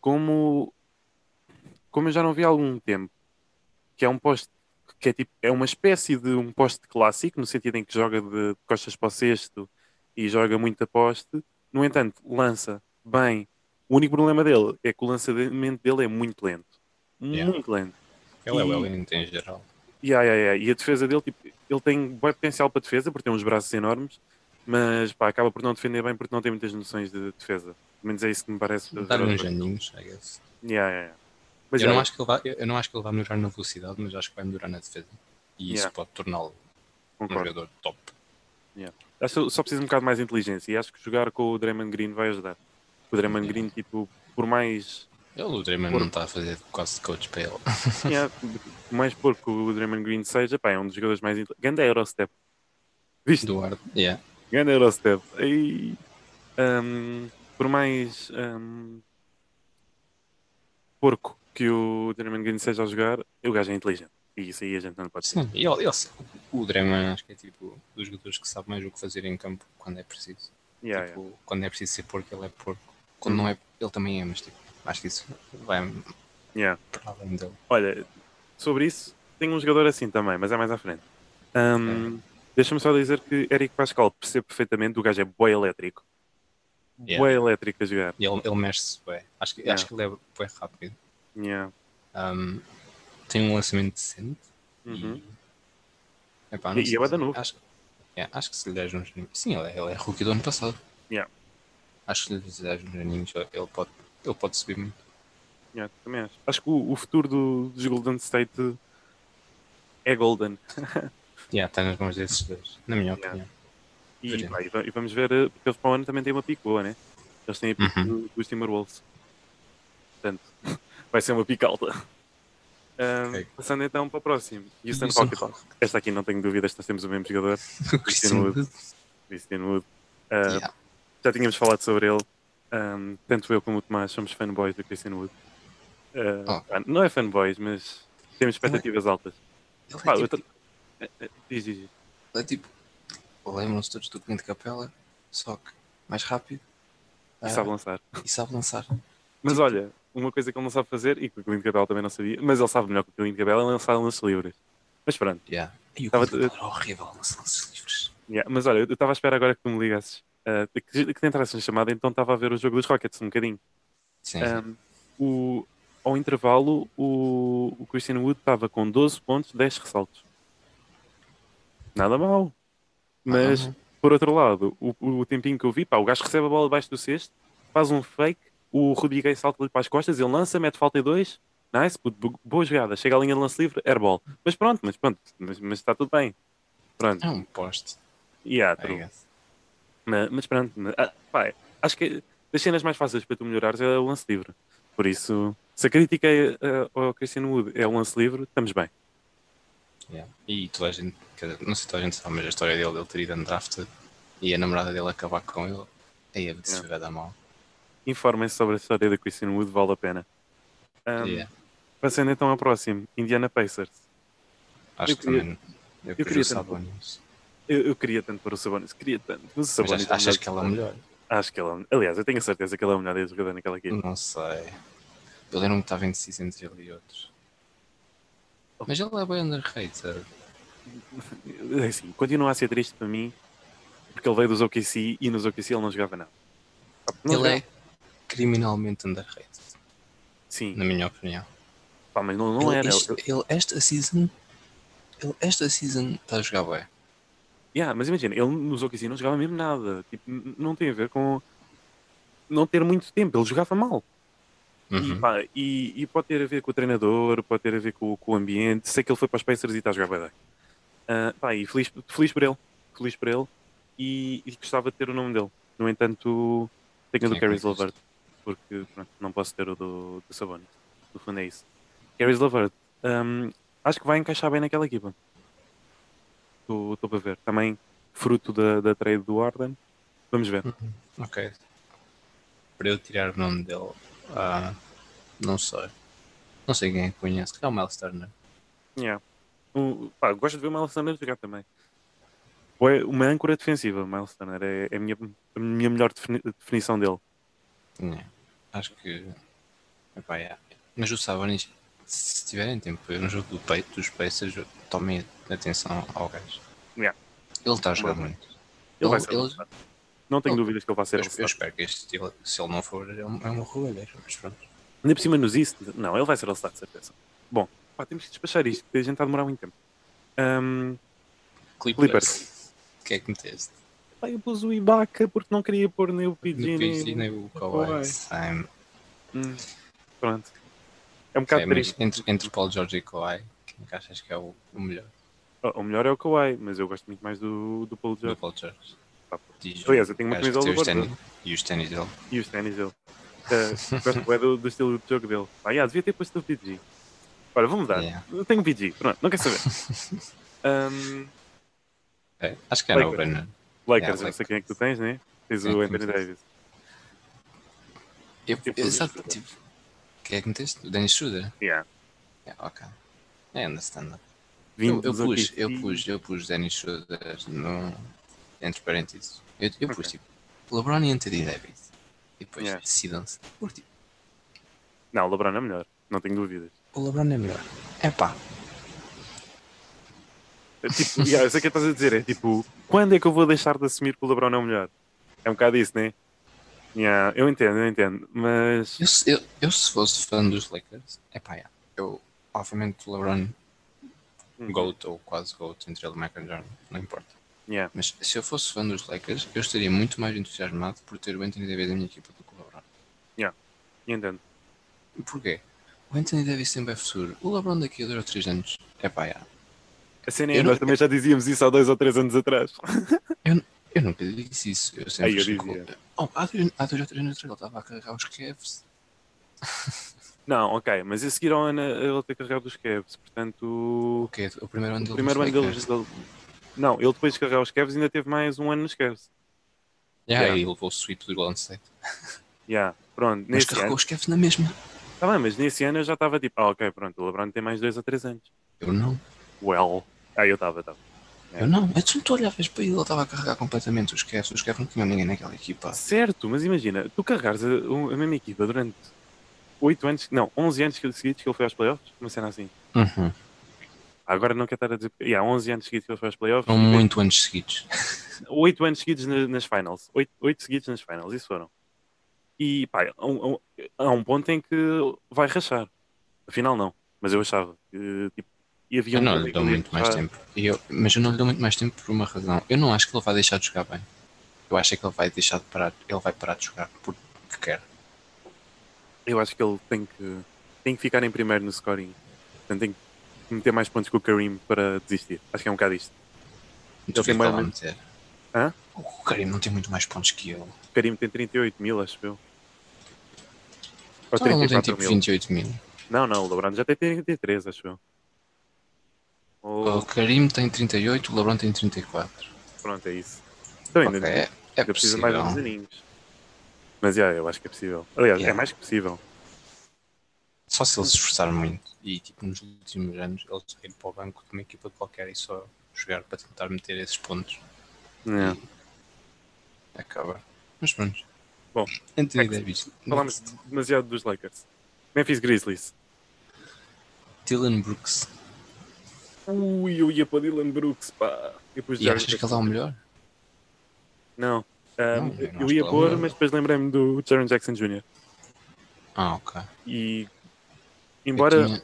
como, como eu já não vi há algum tempo, que é um poste que é, tipo, é uma espécie de um poste clássico, no sentido em que joga de costas para o cesto e joga muito a poste. No entanto, lança bem. O único problema dele é que o lançamento dele é muito lento.
Yeah.
Muito lento.
Ele é
E-
o Wellington em geral.
Yeah, yeah, yeah. E a defesa dele, tipo, ele tem bom potencial para defesa, porque tem uns braços enormes, mas pá, acaba por não defender bem porque não tem muitas noções de defesa. Pelo menos é isso que me parece.
Dá-lhe uns aninhos, I guess.
Yeah, yeah, yeah. Mas
tá
é-
eu, não
yeah,
acho que ele vai, eu não acho que ele vai melhorar na velocidade, mas acho que vai melhorar na defesa. E isso
Yeah.
pode torná-lo um
concordo.
jogador top.
Acho que só precisa de um bocado mais de inteligência e acho que jogar com o Draymond Green vai ajudar. O Draymond Green, tipo, por mais,
Ele, o Draymond
Por-
não está a fazer quase de coach para ele.
yeah, por mais porco o Draymond Green seja, pá, é um dos jogadores mais inteligentes. Ganda Eurostep. Viste?
Eduardo, yeah.
Ganda Eurostep. E, hum, por mais hum, porco que o Draymond Green seja a jogar, o gajo é inteligente. E isso aí a gente não pode
Sim, e ele, ele, o Draymond acho que é tipo dos jogadores que sabe mais o que fazer em campo quando é preciso.
Yeah,
tipo, quando é preciso ser porco, ele é porco. Quando não é, ele também é, mas tipo, acho que isso vai
yeah. Yeah.
para além dele.
Olha, sobre isso, tem um jogador assim também, mas é mais à frente. Ahm, Deixa-me só dizer que Eric Pascal percebe perfeitamente, o gajo é boi elétrico.
Yeah.
Boi elétrico a jogar.
E ele, ele mexe-se bem. Acho que,
Yeah.
acho que ele é bem rápido.
Yeah.
Um, tem um lançamento decente.
Uhum.
E, epá,
E- e é bué da
se-
novo.
Acho, é, acho que se lhe deres uns aninhos. Sim, ele é, ele é rookie do ano passado.
Yeah.
Acho que se lhe deres uns aninhos, ele pode, ele pode subir muito.
Yeah, também acho. Acho que o, o futuro do, dos Golden State é Golden.
Yeah, está nas mãos desses dois, na minha
Yeah.
opinião.
E,
Veremos.
pá, e va- e vamos ver, eh, porque eles para o ano também têm uma pique boa, né? Eles têm a pique
Uhum.
do- dos Timberwolves. Portanto, vai ser uma pique alta. Ahm,
Ok.
Passando então para o próximo. Houston
Houston
Rockets. Esta aqui não tenho dúvidas, nós temos o mesmo jogador,
O Christian
Wood.
Wood.
Christian Wood. Ah,
Yeah.
já tínhamos falado sobre ele. Ahm, tanto eu como o Tomás somos fanboys do Christian Wood. Ah,
Oh.
pá, Não é fanboys, mas temos expectativas altas.
Ele é
Pá, eu
tipo-
tô- Eh, eh, Diz, diz, diz.
ele é tipo, lembram-se todos do Clint Capela, só que mais rápido
E
ah,
sabe lançar.
e sabe lançar.
Mas olha, uma coisa que ele não sabe fazer e que o Clint Cabela também não sabia, mas ele sabe melhor que o Clint Cabela é lançar lances livres. Mas pronto.
Yeah. E o
Tava-
Clint Capela era horrível nos lances livres.
yeah, Mas olha, eu estava à espera agora que tu me ligasses. ah, que, que entrasse na chamada, então estava a ver o jogo dos Rockets um bocadinho.
Sim,
Um, o- ao intervalo, o, o Christian Wood estava com 12 pontos, 10 ressaltos. Nada mal. Mas,
mal.
por outro lado, o, o tempinho que eu vi, pá, o gajo recebe a bola debaixo do cesto, faz um fake, o Rudy Gay salta-lhe para as costas, ele lança, mete falta e dois. Nice, puto, bo- boa jogada. Chega à linha de lance livre, airball. Mas pronto, mas pronto, mas, mas está tudo bem. Pronto,
é um poste.
yeah,
I
true.
guess.
Mas, mas pronto, mas, ah, pá, acho que das cenas mais fáceis para tu melhorares é o lance livre. Por isso, se a crítica é, ah, ao Christian Wood é o lance livre, estamos bem.
Yeah. E toda a gente, quer dizer, não sei se toda a gente sabe, mas a história dele, ele ter ido undrafted e a namorada dele acabar com ele, aí a vida se vai dar mal.
Informem-se sobre a história do Christian Wood, vale a pena. Ahm,
Yeah.
Passando então ao próximo, Indiana Pacers.
Acho
eu
que
queria-
também. Eu,
queria
queria
tanto-
Sabonis.
Eu, eu queria tanto para o Sabonis, queria tanto. Mas o
Mas
Sabonis
achas, achas que ela é melhor?
Acho que ela. Aliás, eu tenho a certeza que ela é a melhor jogador naquela equipe.
Não sei. Eu lembro-me que estava indeciso entre ele e outro. Mas ele é bem underrated.
É Assim, continua a ser triste para mim, porque ele veio dos OKC e nos OKC ele não jogava nada. Não
Ele
jogava.
é criminalmente underrated,
Sim,
na minha opinião.
pá, mas não, não
ele,
era.
este-
Eu-
ele esta season. Ele esta season está a jogar bem.
Yeah, mas imagina, ele nos OKC não jogava mesmo nada. Tipo, n- não tem a ver com não ter muito tempo, ele jogava mal. E,
Uhum.
pá, e- e pode ter a ver com o treinador, pode ter a ver com, com o ambiente. Sei que ele foi para os Pacers e está a jogar bem. Ah, pá, e feliz, feliz por ele. Feliz por ele. E, e gostava de ter o nome dele. No entanto, tenho o
Sim,
do Caris
conheço.
Lovert, porque pronto, não posso ter o do, do Sabonis. No fundo é isso. Caris Lovert, hum, acho que vai encaixar bem naquela equipa. Estou estou para ver. Também fruto da, da trade do Arden. Vamos ver.
Ok. Para eu tirar o nome dele. ah, não sei. Não sei quem é que conhece. É o Miles Turner.
Yeah. Um, pá, gosto de ver o Miles Turner jogar também. Ué, Uma âncora defensiva, Miles Turner. É, é a, minha, a minha melhor defini- definição dele.
É, Acho que. Epá, é. Mas o Sabonis, se tiverem tempo para ver um jogo do peito, dos Pacers, tomem atenção ao gajo.
Yeah.
Ele está a jogar
Ele-
muito.
Ele vai
Ele-
ser
ele-
All-Star. Não tenho
ele-
dúvidas que ele vai ser
Eu, eu
All-Star.
espero que este, ele- se ele não for, é um, é um roubalheiro, mas pronto.
Ainda por cima nos East. Não, ele vai ser All-Star, de certeza. Bom, pá, temos que despachar isto, porque a gente está a demorar muito tempo. Um, Clippers.
O que é que meteste?
pá, eu pus o Ibaka porque não queria pôr nem o PG.
No
nem-
piscina e o
Kawhi.
Kawhi. Same.
Hum, Pronto. É um bocado
Same,
triste.
mas entre, entre Paulo Jorge e Kawhi, quem é que achas que é o, o melhor
O melhor é o Kawhi, mas eu gosto muito mais do, do Paul
do
George.
Paulo Jorge?
Pá,
Diz o
Aliás, eu tenho uma
gajo que
camisa
tem
do
os
Porto.
ténis- E os ténis dele.
e os ténis dele. Uh, gosto bué do, do estilo de jogo dele. Ah, yeah, devia ter posto o PG. Olha, vou mudar.
Yeah.
Eu tenho PG, pronto, não quer saber. Um,
É, acho que é
Lakers.
no Brenner.
Lakers,
Yeah,
eu não sei quem é que tu tens, né? Tens
Quem
o
é que tu
Anthony
tens?
Davis.
Eu,
Tipo,
eu, sabe,
Schroeder.
tipo, quem é que meteste? O Dennis Schroeder?
Yeah.
É, ok. É, understand. Eu,
Vindo
eu
dos
pus,
OKC.
eu pus, eu pus Dennis Schroeder no... entre parênteses. Eu, eu pus,
Ok.
tipo, LeBron e Anthony Davis. E depois
Yeah.
decidam-se. Porque, tipo,
Não, o LeBron é melhor, não tenho dúvidas.
o LeBron é melhor. É pá,
É Tipo, yeah, eu sei o que estás a dizer, é tipo, quando é que eu vou deixar de assumir que o LeBron é o melhor? É um bocado isso, né? Yeah, eu entendo, eu entendo, mas.
eu, se- eu, eu se fosse fã dos Lakers, é pá, yeah. eu, obviamente, o LeBron, GOAT ou quase GOAT, entre ele e Michael Jordan, não importa.
Yeah.
Mas se eu fosse fã dos Lakers, eu estaria muito mais entusiasmado por ter o Anthony Davis na minha equipa do que o LeBron.
Entendo.
Porquê? O Anthony Davis sempre é futuro. O LeBron daqui a 2 ou 3 anos. É pá, já.
A cena
Eu
é,
não-
nós também já dizíamos isso há dois ou três anos atrás.
Eu nunca disse isso. Eu
Aí
sempre
eu
achei que-
dizia.
Oh, há 2 ou 3 anos atrás ele estava a carregar os Cavs.
Não, ok, mas a seguir ao ano ele ter carregado os Cavs, portanto.
O que é o primeiro ano
O
dele?
primeiro ano deles. dele- Não, ele depois de carregar os Cavs ainda teve mais um ano nos Cavs.
Yeah,
Yeah.
E ele levou o sweep do Golden State.
Yeah, pronto,
Mas
nesse
carregou
ano.
os Cavs na mesma.
Tá bem, mas nesse ano eu já estava tipo, ah, ok, pronto, o LeBron tem mais dois ou três anos.
Eu não.
Well. Ah, eu estava, estava. É.
Eu não. Mas tu não olhavas para ele, ele estava a carregar completamente os Cavs. Os Cavs não tinham ninguém naquela equipa.
Certo, mas imagina, tu carregares a, um, a mesma equipa durante oito anos, não, 11 anos seguidos que ele foi aos playoffs, uma cena assim.
Uhum.
Agora não quero estar a dizer. Yeah, 11 anos seguidos que ele foi aos playoffs.
Foram muito anos seguidos.
8 anos seguidos na- nas finals. 8, seguidos nas finals, isso foram. E pá, há um, há um- há um ponto em que vai rachar. Afinal, não. Mas eu achava. que, tipo, e havia
Eu
um
não
ponto
lhe
em que
dou
ele ia
muito mais
rachar.
tempo. E eu- mas eu não lhe dou muito mais tempo por uma razão. Eu não acho que ele vai deixar de jogar bem. Eu acho é que ele vai deixar de parar. Ele vai parar de jogar porque quer.
Eu acho que ele tem que, tem que ficar em primeiro no scoring. Portanto, tem que meter mais pontos que o Karim para desistir. Acho que é um bocado isto.
Então, o que é
tem
que
mais-
ele
um-
vai meter?
Hã?
O Karim não tem muito mais pontos que ele.
O Karim tem 38 mil, acho eu. Ou
Então, ele não tem
34
tipo
mil.
28 mil.
Não, não, o LeBron já tem 33, acho eu. Oh, Ou,
O Karim tem 38, o LeBron tem 34.
pronto, é isso. Então ainda
Ok, é, é
Eu preciso de mais uns
possível.
aninhos. Mas yeah, eu acho que é possível. Aliás,
Yeah.
é mais que possível.
Só se ele se esforçar muito. E tipo, nos últimos anos ele saiu para o banco de uma equipa qualquer e só jogar para tentar meter esses pontos.
Yeah.
Acaba. Mas pronto.
Bom,
Anthony
é que-
Davis.
Falámos demasiado dos Lakers. Memphis Grizzlies.
Dylan Brooks.
Ui, eu ia para Dylan Brooks, pá. E depois
E
já-
achas que ele é o melhor?
Não. Ah,
Não, eu não
eu
acho
ia
que ele é o
pôr,
melhor.
mas depois lembrei-me do Jaron Jackson Jr.
Ah, ok.
E,
Eu
embora
tinha-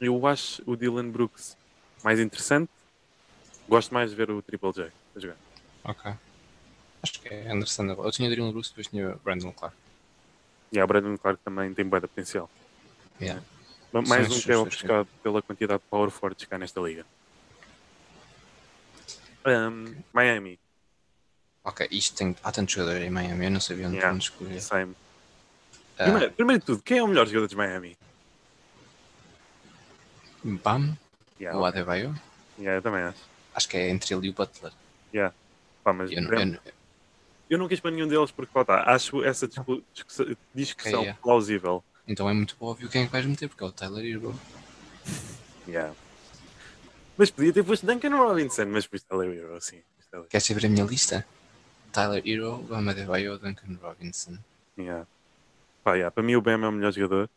eu acho o Dylan Brooks mais interessante, gosto mais de ver o Triple J a jogar.
Ok. Acho que é understandable. Eu tinha Dylan Brooks depois tinha Brandon Clark.
E a Brandon Clark também tem bué de potencial.
Yeah.
Mas Mais
Sim,
um
sim,
que é
sim,
ofuscado pela quantidade de power forwards cá nesta liga. Um, Miami,
Ok, isto tem. Há tantos jogadores em Miami, eu não sabia onde
Yeah.
onde escolher.
same.
Ah,
Primeiro, primeiro de tudo, quem é o melhor jogador de Miami?
Bam
Yeah,
ou Adebayo?
yeah, eu também acho.
Acho que é entre ele e o Butler.
Pá, mas
Eu, não-
eu,
eu não-
não quis para nenhum deles porque lá está, acho essa discu- discussão, discussão
Ok, yeah.
plausível.
então é muito óbvio quem é que vais meter, porque é o Tyler Hero.
Yeah. Mas podia ter posto Duncan Robinson, mas pus Tyler Hero, sim. pus Tyler-
Queres saber a minha lista? Tyler Hero, Bam Adebayo ou Duncan Robinson?
Yeah. Pá, yeah, Para mim o Bam é o melhor jogador,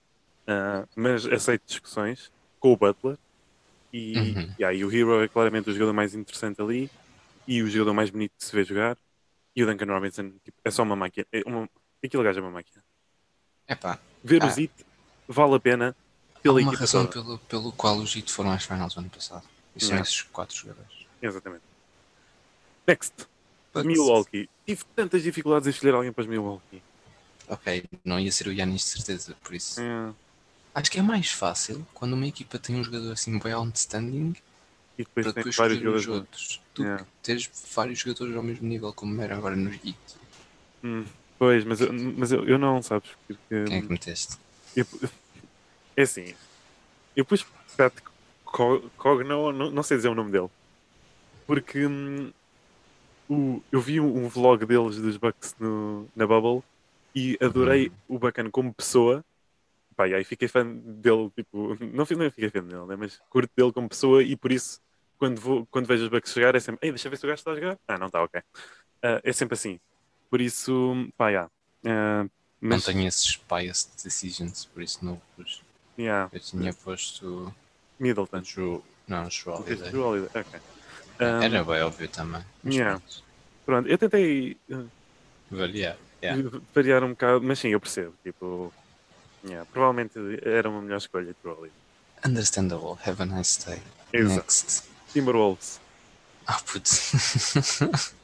ah, mas aceito discussões com o Butler e,
Uhum.
yeah, e o Hero é claramente o jogador mais interessante ali e o jogador mais bonito que se vê jogar e o Duncan Robinson tipo, é só uma máquina. É uma... Aquele gajo é uma máquina.
Epá,
Ver
Ah.
o Zit vale a pena
há
pela
uma
equipa
razão
toda.
pelo, pelo qual os Heat foram às finals do ano passado. E são
Yeah.
esses quatro jogadores.
Exatamente. Next, Milwaukee. Tive tantas dificuldades em escolher alguém para os Milwaukee.
Ok, não ia ser o Yannis de certeza, por isso.
Yeah.
Acho que é mais fácil quando uma equipa tem um jogador assim bem outstanding
E
para
depois tem
depois
vários
escolher os
jogadores.
outros. Tu
Yeah.
teres vários jogadores ao mesmo nível como era agora nos Heat.
Hum, pois, mas, eu, mas eu, eu não, sabes? Porque,
Quem é que meteste?
eu- é assim, eu pus Pat Co- Cogno, não, não sei dizer o nome dele, porque hum, o, eu vi um, um vlog deles dos Bucks no, na Bubble e adorei
Uhum.
o bacana como pessoa. Pá, e aí fiquei fã dele, tipo, não, fi- não fiquei fã dele, né? mas curto dele como pessoa e por isso, quando, vou, quando vejo os Bucks chegar, é sempre, ei, deixa eu ver se o gajo está a jogar. Ah, não está, ok. Ah, é sempre assim. Por isso, pá, já. Ah, mas,
Não tenho esses biased decisions, por isso não o pus.
yeah,
Eu tinha posto
Middleton.
o Drew. Não, o Drew Holiday.
Drew Holiday, ok. Ah,
É, Era bem óbvio também. mas
Yeah.
pronto.
Pronto, eu tentei ah,
Valia. Yeah.
variar um bocado, mas sim, eu percebo. Tipo, yeah, provavelmente era uma melhor escolha de Broly.
Understandable. Have a nice day.
Exato.
Next.
Timberwolves,
Ah, puto.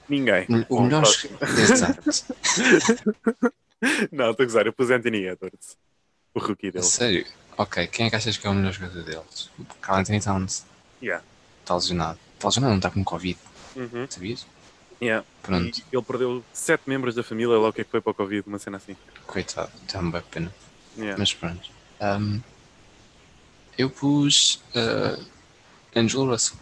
ninguém.
o melhor.
próximo.
Exato.
Não, estou a gozar, eu pus Anthony Edwards, o rookie
A
dele.
Sério. Ok, quem é que achas que é o melhor jogador deles? O Carl Anthony Towns.
Yeah.
Está lesionado. Está lesionado, não está com Covid.
Uhum.
Sabias?
Yeah.
Pronto.
E ele perdeu sete membros da família, lá o que é que foi para o Covid, uma cena assim.
Coitado. Dá-me bem pena.
Yeah.
Mas pronto. Um, eu pus uh, Angelo Russell.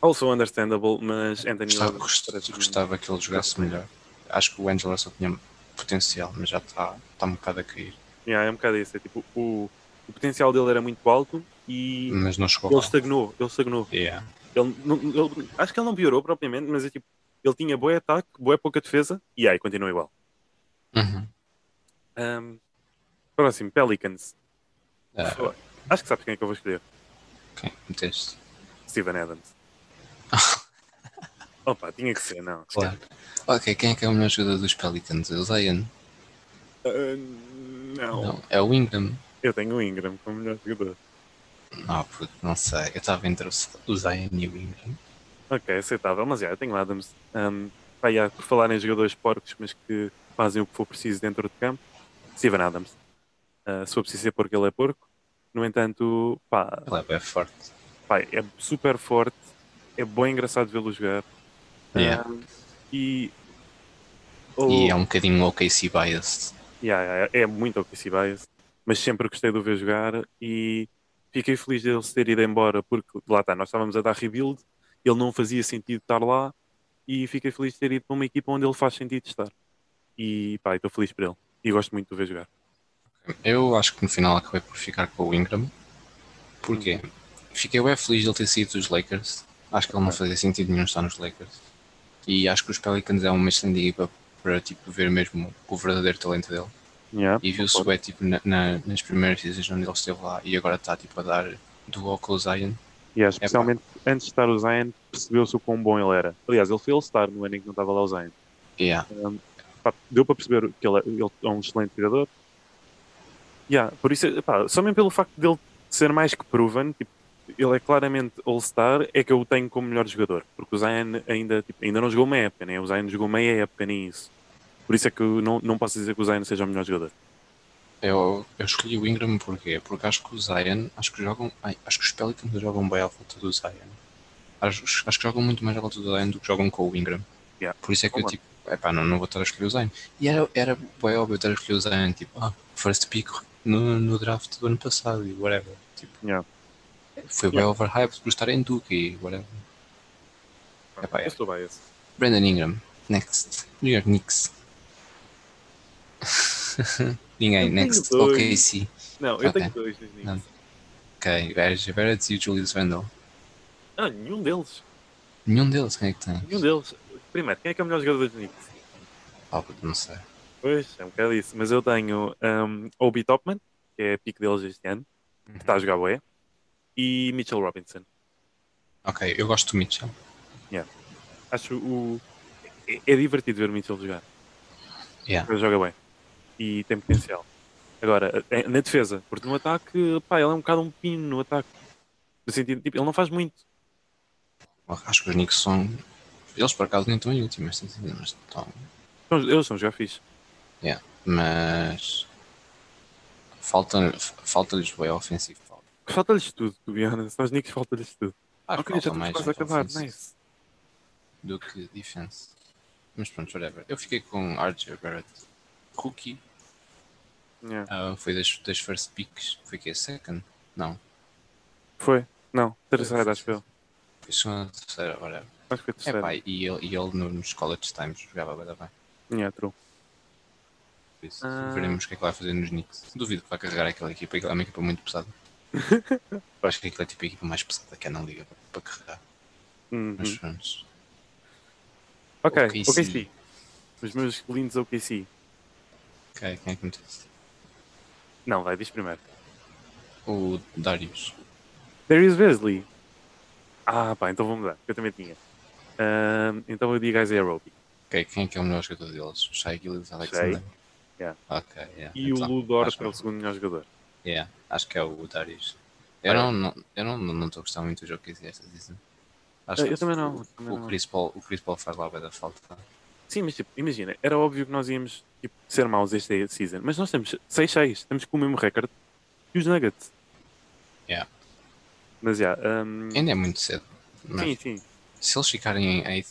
Also understandable, mas Anthony
Gostava,
Edwards.
gost- gostava que ele jogasse melhor. Acho que o Angelo Russell tinha potencial, mas já está tá um bocado a cair.
Yeah, é um bocado isso. É, tipo, o, o potencial dele era muito alto e
Mas não chegou
ele
lá.
estagnou. Ele estagnou.
Yeah.
Ele, não- ele- acho que ele não piorou propriamente, mas é tipo, ele tinha boa ataque, boa pouca defesa e aí continua igual.
Uhum.
Um, próximo, Pelicans.
Ah.
Pô, Acho que sabes quem é que eu vou escolher.
Ok, meteste.
Steven Adams. Opa, tinha que ser, não.
Claro. Ok, quem é que é o melhor jogador dos Pelicans? É o Zion?
Ah, não.
Não, é o Ingram.
Eu tenho o Ingram como melhor jogador.
Ah, puto, não sei. Eu estava entre o Z- o Zion e o Ingram.
Ok, aceitável, mas já, eu tenho o Adams. Um, pá, já, por falar em jogadores porcos, mas que fazem o que for preciso dentro de campo, Steven Adams. Ah, se for preciso ser porque ele é porco. No entanto, pá,
Ele é bem forte.
pá, é super forte, é bem engraçado vê-lo jogar.
Yeah.
Ah, e. Oh,
É. E é um bocadinho OKC biased.
yeah, yeah, é muito OKC Bias, mas sempre gostei de o ver jogar e fiquei feliz dele se ter ido embora, porque lá está, nós estávamos a dar rebuild, ele não fazia sentido estar lá e fiquei feliz de ter ido para uma equipa onde ele faz sentido estar. E pá, estou feliz por ele e gosto muito de o ver jogar.
Eu acho que no final acabei por ficar com o Ingram. Porquê? Fiquei bem feliz de ele ter sido dos Lakers. Acho que ele não fazia sentido nenhum estar nos Lakers. E acho que os Pelicans é uma excelente equipa para tipo, ver mesmo o verdadeiro talento dele.
Yeah,
E viu-se
concordo.
bem tipo, na, na- nas primeiras seasons onde ele esteve lá e agora está tipo, a dar duo com o Zion.
Yeah,
É
especialmente antes de estar o Zion, percebeu-se o quão bom ele era. Aliás, ele foi All-Star no ano em que não estava lá o Zion.
Yeah.
Pá, deu para perceber que ele é, ele é um excelente tirador.
Yeah, por isso, pá, só mesmo pelo facto dele ser mais que proven, tipo, ele é claramente All-Star, é que eu o tenho como melhor jogador. Porque o Zion ainda, tipo, ainda não jogou meia época, né? O Zion jogou meia época, nem isso. Por isso é que eu não, não posso dizer que o Zion seja o melhor jogador.
Eu, eu escolhi o Ingram porquê? Porque acho que o Zion, acho que jogam, ai, acho que os Pelicans jogam bem à volta do Zion. Acho, acho que jogam muito mais à volta do Zion do que jogam com o Ingram.
Yeah.
Por isso é que eu
Concordo.
tipo, epá, não, não vou estar a escolher o Zion. E era, era bem óbvio eu estar a escolher o Zion, tipo, ah, first pick no, no draft do ano passado e whatever. Tipo,
Yeah.
Foi bem overhyped por estar em Duke e whatever. Epá,
Eu
é.
estou biased.
Brandon Ingram, next. New York Knicks. Ninguém,
Eu tenho
next.
dois.
OKC.
Não, eu
Ok.
tenho dois dos Knicks.
Não. Ok, Verge Barrett e o Julius Randle.
Ah, nenhum deles.
Nenhum deles, quem é que tem?
Nenhum deles. Primeiro, quem é que é o melhor jogador dos Knicks?
Ah, não sei.
Pois, é um bocado isso. Mas eu tenho um, Obi Topman, que é pique deles este ano,
Uhum.
que está a jogar boé, e Mitchell Robinson.
Ok, eu gosto do Mitchell.
Acho o. É, é divertido ver o Mitchell jogar.
Yeah.
Ele joga bem. E tem potencial. Agora, é- na defesa, porque no ataque, pá, ele é um bocado um pino no ataque. No sentido, tipo, ele não faz muito.
Acho que os Knicks são. Eles por acaso nem estão em último, mas mas estão.
Então, Eles são jogar fixe.
Mas. falta- Falta-lhes o ofensivo.
Falta-lhes tudo, to be honest. Aos Knicks falta-lhes tudo.
Acho
ok, já
Ah, falta
estamos
mais
quase a acabar. é
offensive
Nice.
do que defense. Mas pronto, whatever. Eu fiquei com RJ Barrett. Rookie.
Yeah.
Ah, foi das, das first picks. Foi que é second? Não.
Foi? Não, terceira, acho que eu.
Foi segunda, terceira, whatever.
Acho que foi
É
terceira.
pá, e ele, e ele no- nos college times jogava bem, bem.
Yeah, true.
Por isso,
Ah.
veremos o que é que vai fazer nos Knicks. Duvido que vai carregar aquela equipa, aquela é uma equipa muito pesada. Eu acho que aquela é tipo a equipa mais pesada que é na liga para carregar.
Uhum.
Mas pronto.
Ok,
OKC.
OKC. Os meus lindos OKC.
Ok, quem é que meteste?
Não, vai, diz primeiro.
O Darius.
Darius Wesley. Ah, pá, então vou mudar, que eu também tinha. Ahm, então eu digo Isaiah Roby.
Ok, quem é que é o melhor jogador deles? O Shai Gillis Alexander?
Yeah.
Ok, yeah.
E o
então,
Ludor
acho,
é o segundo melhor jogador.
yeah, acho que é o Darius. Eu
Ah, é?
não não estou não, não estou a gostar muito do jogo que existe esta season. Acho
Ah,
que
eu também não,
O,
também
o
não.
Chris Paul, o Chris Paul faz lá bem da falta.
Sim, mas tipo, imagina, era óbvio que nós íamos tipo, ser maus esta season, mas nós temos 6-6, estamos com o mesmo recorde e os Nuggets.
Yeah.
Mas já, ahm,
Ainda é muito cedo. mas-
sim, sim.
Se eles ficarem em 8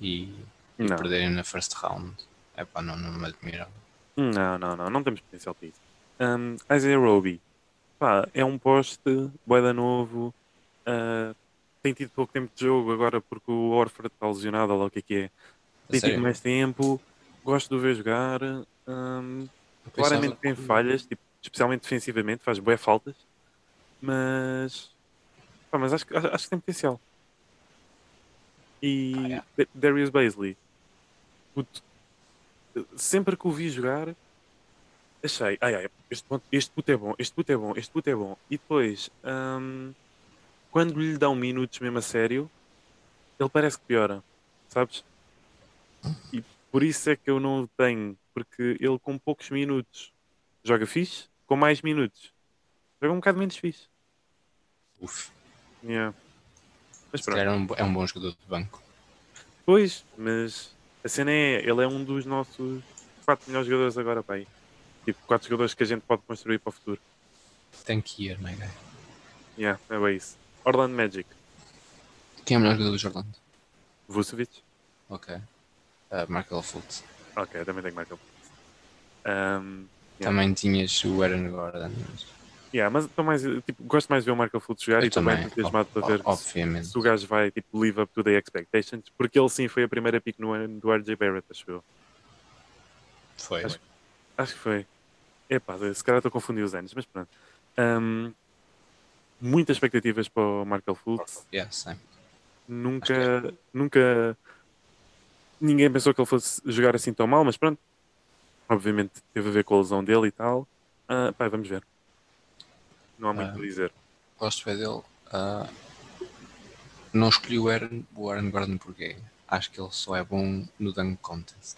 e
Não.
perderem na first round, é pá, não, não me admirava.
Não, não, não, não temos potencial para isso. Um, Isaiah Roby, pá, é um poste, boeda novo, ah, tem tido pouco tempo de jogo agora porque o Orford está lesionado, ou lá o que é que é. Tem tido
sério?
mais tempo, gosto de o ver jogar, ahm,
Eu pensava-
claramente tem falhas, tipo, especialmente defensivamente, faz boé faltas, mas, pá, mas acho, que- acho acho que tem potencial. E
Ah, yeah.
Da- Darius Baisley, puto, sempre que o vi jogar, achei, ai, ai, este, ponto- este puto é bom, este puto é bom, este puto é bom. E depois, hum, quando lhe dão minutos mesmo a sério, ele parece que piora, sabes? E por isso é que eu não o tenho, porque ele com poucos minutos joga fixe, com mais minutos joga um bocado menos fixe.
Uf,
Yeah. Mas
se
pronto.
calhar é um, bo- é um bom jogador de banco.
Pois, mas a cena é, ele é um dos nossos quatro melhores jogadores agora, pai. Tipo, quatro jogadores que a gente pode construir para o futuro.
Tem que ir, mega.
Yeah, é bem isso. Orlando Magic,
Quem é o melhor jogador do Orlando?
Vucevic.
Ok. Uh, Michael Fultz.
Ok, eu também tenho Michael. Um, Yeah.
Também tinhas o Aaron Gordon. mas-
yeah, mas estou mais, tipo, gosto mais de ver o Michael Fultz jogar
Eu
e também estou entusiasmado para ver
ob-
se,
Obviamente.
se o gajo vai tipo, live up to the expectations, porque ele sim foi a primeira pick no ano do RJ Barrett, acho eu.
Foi.
Acho- Acho que foi. Epá, se calhar estou a confundir os anos, mas pronto. Um, muitas expectativas para o Markel Fultz.
Yeah, same.
Nunca, nunca ninguém pensou que ele fosse jogar assim tão mal, mas pronto. Obviamente teve a ver com a lesão dele e tal. Ah, pá, vamos ver. Não há muito
Ah.
a dizer.
Gosto bem dele. Ah, não escolhi o Aaron, o Aaron Gordon porque acho que ele só é bom no Dunk Contest.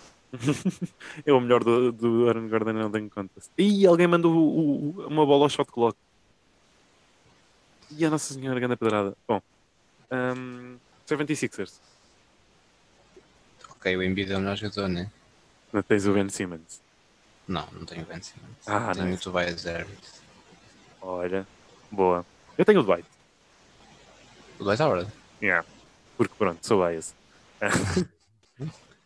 É o melhor do, do Aaron Gordon no Dunk Contest. E alguém mandou o- o- uma bola ao shot clock. E a Nossa Senhora Ganda Pedrada. Bom, um, ahm, 76ers.
Ok, o Embiid é o melhor jogador, né?
Não tens o Ben Simmons.
Não, não tenho Ben Simmons.
Ah,
tenho
não.
o Tobias Harris.
Olha, boa. Eu tenho o Dwight.
O Dwight Howard.
Yeah. Porque pronto, sou bias.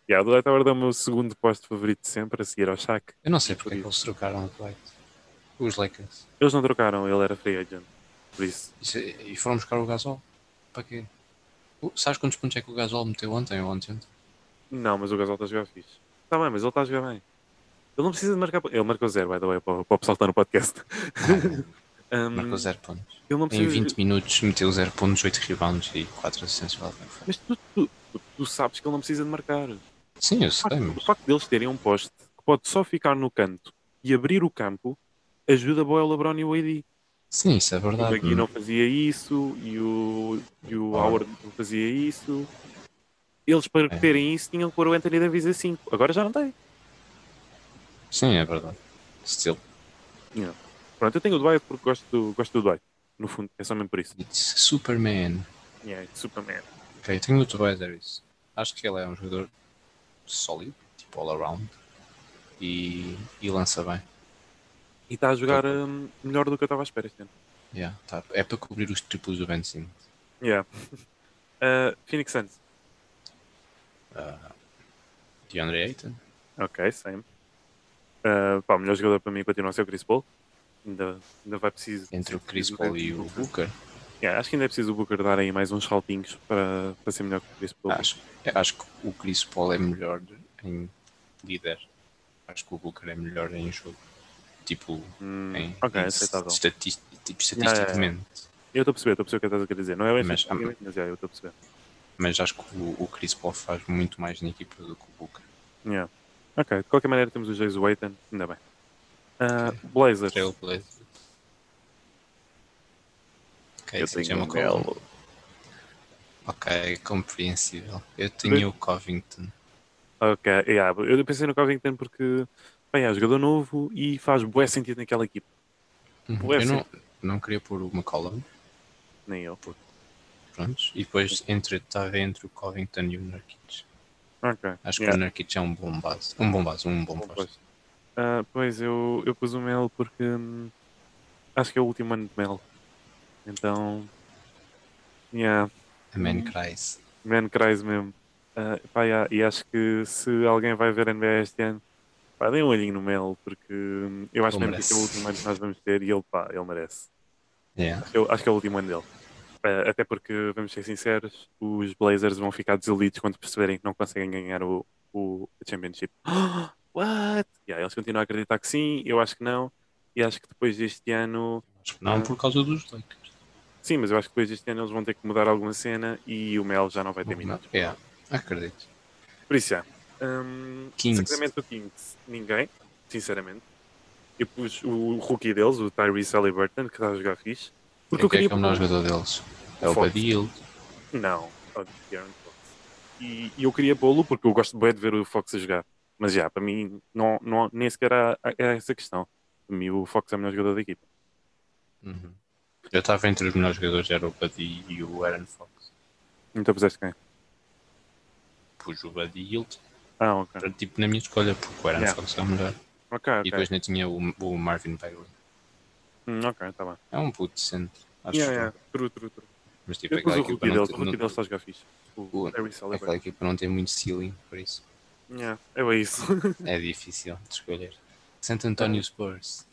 yeah, o Dwight Howard é o meu segundo posto favorito de sempre, a seguir ao Shaq.
Eu não sei porque é que eles trocaram o Dwight. Os Lakers.
Eles não trocaram, ele era free agent. Por isso,
E, se- e foram buscar o Gasol. Para quê? O- Sabes quantos pontos é que o Gasol meteu ontem ou ontem?
não, mas o Gasol está a jogar fixe. Está bem, mas ele está a jogar bem. Ele não precisa de marcar. Ele marcou zero, by the way, para o para o pessoal que está no podcast. Um,
Marcou 0 pontos.
Ele não
Em
precisa.
20 minutos meteu 0 pontos, 8 rebounds e 4 assistências. é lá dentro.
Mas tu, tu, tu- tu sabes que ele não precisa de marcar.
Sim, eu
O facto-
sei, mas
O facto deles terem um poste que pode só ficar no canto e abrir o campo ajuda boa o LeBron e o AD.
Sim, isso é
O
verdade.
McGee não fazia isso e o, e o
Ah.
Howard não fazia isso. Eles, para
É.
terem isso, tinham que pôr o Anthony Davis a 5. Agora já não tem.
Sim, é verdade. Still,
Pronto, eu tenho o Dwight porque gosto do, gosto do Dwight. No fundo, é só mesmo por isso.
it's Superman.
Yeah, it's Superman.
Ok, tenho o Tobias Harris. Acho que ele é um jogador sólido, tipo all around, e, e lança bem.
E está a jogar hum, melhor do que eu estava à espera este ano.
Yeah, tá. É para cobrir os triplos do Ben Simmons.
Yeah. Uh, Phoenix Suns.
Ah, DeAndre Ayton.
Ok, same. Uh, pá, o melhor jogador para mim continua a ser o Chris Paul. Ainda, ainda vai preciso.
Entre o Chris Paul e o Booker.
Yeah, acho que ainda é preciso o Booker dar aí mais uns saltinhos para, para ser melhor que o Chris Paul.
Acho, eu acho que o Chris Paul é melhor em líder. Acho que o Booker é melhor em jogo. Tipo,
Hum,
em,
ok,
em
aceitável.
estatis- tipo,
yeah, yeah.
estatisticamente.
Eu estou a perceber, estou a perceber o que estás a querer dizer. Não é bem
Mas- ah,
mas, mas yeah, eu estou a perceber.
mas acho que o, o Chris Paul faz muito mais na equipa do que o Booker.
Yeah. Ok, de qualquer maneira temos o Jason Waiton, ainda bem. Ah, Blazers.
Trailblazer. Ok,
Eu
isso já é
tenho
uma
um
coisa.
Melo.
Ok, compreensível. Eu tinha o Covington.
Ok, yeah, eu pensei no Covington porque bem, é jogador novo e faz bué sentido naquela equipe. Ué,
Eu não, não queria pôr o McCollum,
Nem eu.
prontos. E depois entre, estava entre o Covington e o Nurkic.
Ok.
Acho que
yeah.
o Nurkic é um bom base. Um bom base, um bom
Bom
posto.
posto. Ah, pois, eu, eu pus o Mel porque hum, acho que é o último ano de Mel. Então. Yeah,
A man cries.
man cries mesmo. Ah, pá, yeah, e acho que se alguém vai ver NBA este ano, pá, deem um olhinho no Mel, porque hum, eu acho
Ele
mesmo que este é o
merece.
último ano que nós vamos ter e ele, pá, ele merece.
Yeah.
Eu acho que é o último ano dele. Eh, até porque, vamos ser sinceros, os Blazers vão ficar desolidos quando perceberem que não conseguem ganhar o, o Championship. What? Yeah, eles continuam a acreditar que sim, eu acho que não. E acho que depois deste ano.
Acho que não por causa dos Lakers.
Sim, mas eu acho que depois deste ano eles vão ter que mudar alguma cena e o Mel já não vai ter minutos.
Yeah, acredito.
Por isso, é. Um,
Kings.
Sacramento Kings, ninguém, sinceramente. Eu pus o rookie deles, o Tyrese Halliburton, que está a jogar fixe. Porque
Quem
eu
é
queria.
que é o melhor jogador deles? É o
Fox.
Badil.
Não, ó, De'Aaron Fox. E, e eu queria pô-lo porque eu gosto bem de ver o Fox a jogar. Mas já, para mim, não, não, nem sequer há, há- há essa questão. Para mim, o Fox é o melhor jogador da equipa.
Uhum. Eu estava entre os melhores jogadores, era o Buddy e o Aaron Fox.
Então puseste quem?
Pus o Buddy Yield,
Ah, ok.
era, tipo na minha escolha, porque o Aaron
Yeah.
Fox é o melhor.
Ok,
E
ok.
depois ainda tinha o, o Marvin Bagley.
Hum, ok, tá bem.
É um puto decente, acho
Yeah, yeah.
que
True, true, true.
Mas tipo,
Eu pus
aquela
o
equipa,
rookie
não,
deles. O
tem-
rookie
não,
deles está a jogar fixe. O
O-
Terry
aquela
Sullivan.
equipa não tem muito ceiling, por isso
Yeah, é isso.
é difícil de escolher. Santo António Spurs.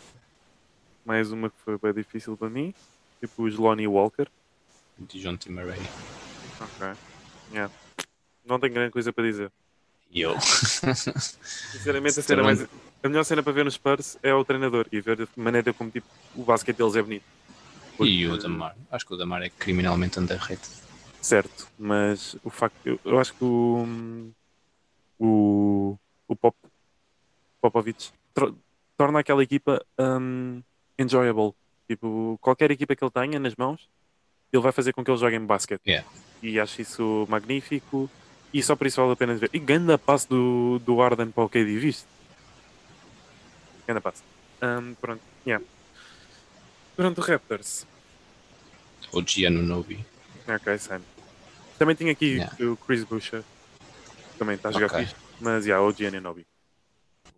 Mais uma que foi bem difícil para mim. Eu pus Lonnie Walker.
De John Tim Murray.
Ok. Yeah. Não tenho grande coisa para dizer.
E eu.
Sinceramente, a, cena mais, a melhor cena para ver nos Spurs é o treinador e ver a maneira como tipo, o basquete deles é bonito.
E o Damar. Acho que o Damar é criminalmente underrated.
Certo, mas o facto. Eu, eu acho que o. O. O Pop, Popovich tro- torna aquela equipa hum, enjoyable. Tipo, qualquer equipa que ele tenha nas mãos, ele vai fazer com que eles joguem basquete.
Yeah.
E acho isso magnífico. E só por isso vale a pena ver. E ganda passe do, do Arden para o KD, viste? Ganda passe. Hum, pronto, yeah. Durante o Raptors.
Ou Gianno Nobi.
Ok, Sam. Também tinha aqui
Yeah.
o Chris Boucher. Também está a jogar
Ok.
fixe. Mas, yeah, o Gianinobi.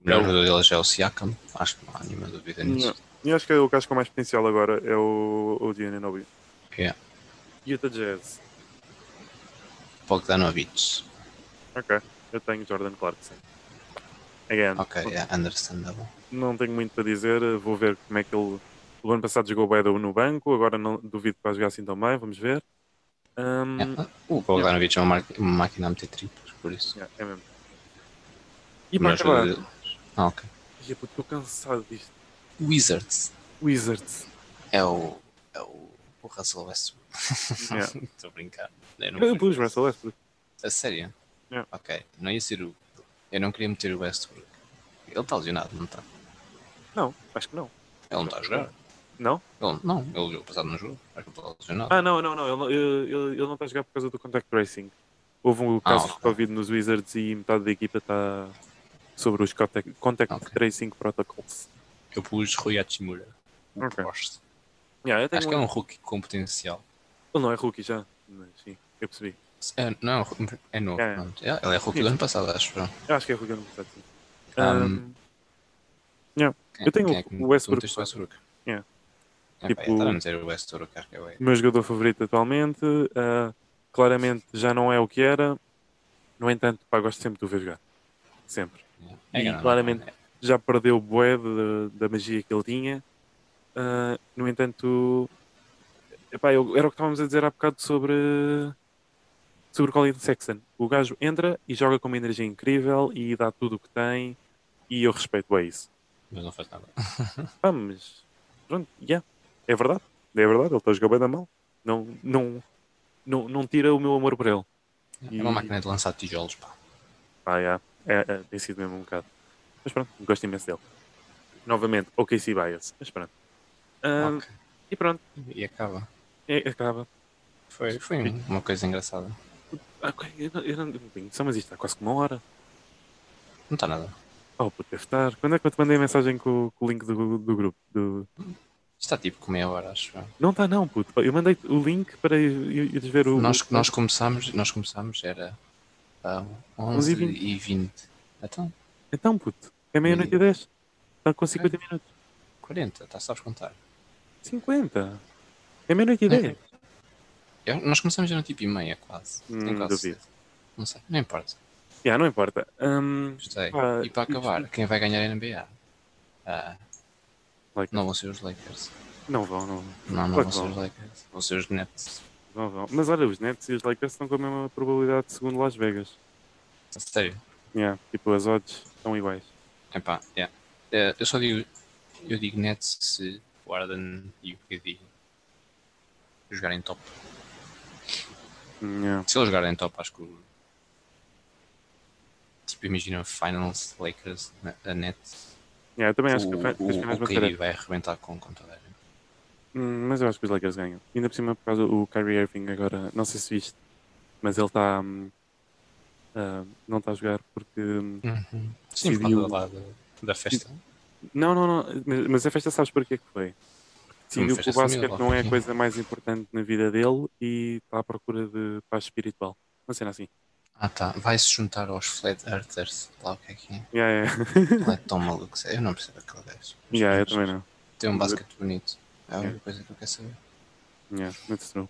O melhor
Não.
jogador deles é o Siakam. Acho que não há nenhuma dúvida nisso.
E acho que é o gajo com mais potencial agora é o, o Gianinobi.
Yeah.
Utah Jazz.
Bogdanovic.
Ok. Eu tenho Jordan Clarkson. Again,
Ok, é understandable.
não tenho muito para dizer. Vou ver como é que ele... O ano passado jogou bem no banco. Agora não duvido que vai jogar assim tão bem. Vamos ver. Um, Ahm,
Yeah. O Bogdanovic é uma, mar- uma máquina a meter triplos, por isso.
yeah, é mesmo. E
O
para
melhor
acabar...
jogador deles. Ah, ok.
Ih, puto, Estou cansado disto.
Wizards.
Wizards.
É o. É o. O Russell Westbrook.
Yeah.
Estou a brincar. Eu não
Eu pus
quero-
Russell Westbrook.
A sério?
Yeah.
Ok. Não ia ser o. Eu não queria meter o Westbrook. Ele está lesionado, não está? Ele
Não, acho que não.
não está a jogar.
Não?
Ele, não, ele jogou passado no jogo. Acho que ele está lesionado.
Ah, não, não, não. Ele, não- ele, ele- ele não está a jogar por causa do contact tracing. Houve um caso de
Ah, ok.
Covid nos Wizards e metade da equipa está sobre os contact, contact
Ok.
tracing protocols.
Eu pus Rui Hachimura. O
Ok.
poste.
Yeah, eu tenho
Acho
um-
que é um rookie com potencial.
Ele não é rookie já, mas sim, eu percebi.
É, não, é um rookie- é novo.
É.
pronto. É, ele é rookie do ano passado, acho. pronto.
Eu acho que é rookie no passado, sim.
Um,
Ah, yeah.
Quem-
Eu tenho
quem é que
o Westbrook.
meteste o Westbrook.
Yeah.
É,
Tipo-
pá, eu estava a meter o Westbrook, acho que é o
O meu jogador favorito atualmente. ah, claramente já não é o que era. No entanto, pá, gosto sempre de o ver jogar. Sempre.
É,
E
grande,
claramente-
é.
já perdeu o bué de- da magia que ele tinha. Ah, no entanto, epá, eu- era o que estávamos a dizer há bocado sobre, sobre o Colin Sexton. O gajo entra e joga com uma energia incrível e dá tudo o que tem e eu respeito é isso.
Mas não faz nada.
Pá, mas pronto, yeah, é verdade. É verdade, ele está a jogar bem da mal. Não, não, não, não tira o meu amor por ele.
É uma máquina de lançar tijolos, pá.
Ah, yeah. é, é, tem sido mesmo um bocado. Mas pronto, gosto imenso dele. Novamente, OKC Bias. Mas pronto. Ah,
Ok.
E pronto,
E acaba.
é- acaba.
Foi, foi um- uma coisa engraçada.
Ah, ok, eu não, eu não, não tenho noção, mas isto está quase que uma hora.
Não está nada.
Oh, puto, deve estar. Quando é que eu te mandei a mensagem com, o- com o link do, do grupo? Do...
Está tipo com meia hora, acho. eu.
Não está não, puto. Eu mandei o link para ir- ires ver o...
Nós,
o-
nós começámos, nós começámos, era ah, 11
e vinte.
e 20. Então,
Então, puto, é meia-noite e dez. Está com 50
É.
minutos.
40, tá, sabes contar.
50? É meia-noite e
É.
dez.
Eu- nós começámos já no tipo e meia, quase.
Hum,
Tenho quase
duvido.
certeza. Não sei, não importa.
Já, não importa. Hum,
Gostei.
Ah,
e para acabar, quem vai ganhar é a NBA? Ah,
Lakers.
não vão ser os Lakers.
não vão, não.
Não, não
Claro
vão
que
ser
vão.
os Lakers. Vão ser os Nets.
Vão, vão. Mas olha, os Nets e os Lakers estão com a mesma probabilidade de segundo Las Vegas.
A Sério.
Yeah, tipo, as odds estão iguais.
Epá, yeah. Eh, eu só digo, eu digo Nets se o Arden e o KD jogarem top.
Yeah.
Se eles jogarem top, acho que. o- Tipo, imagina Finals, Lakers, na- a Nets.
Yeah, eu também acho
o,
que as
o,
finais
o
vão ser
KD vai arrebentar com, com toda a gente.
Hum, Mas eu acho que os Lakers ganham. Ainda por cima, por causa do Kyrie Irving agora, não sei se viste, mas ele está. hum, ah, não está a jogar porque. hum,
Sim, por
Decidiu-
causa lá da, da festa.
Não, não, não. mas- Mas a festa, sabes porquê que foi? Decidiu que
festa
o basquete
familiar,
não é a
sim.
coisa mais importante na vida dele e está à procura de paz espiritual. Uma cena assim.
Ah tá, vai-se juntar aos Flat Earthers. Lá o que é que é?
Yeah, yeah.
Ele é tão maluco. sério, Eu não percebo aquele gajo.
yeah, eu também não.
Tem um basquete bonito. É a única coisa que eu quero saber.
Yeah, that's É, true.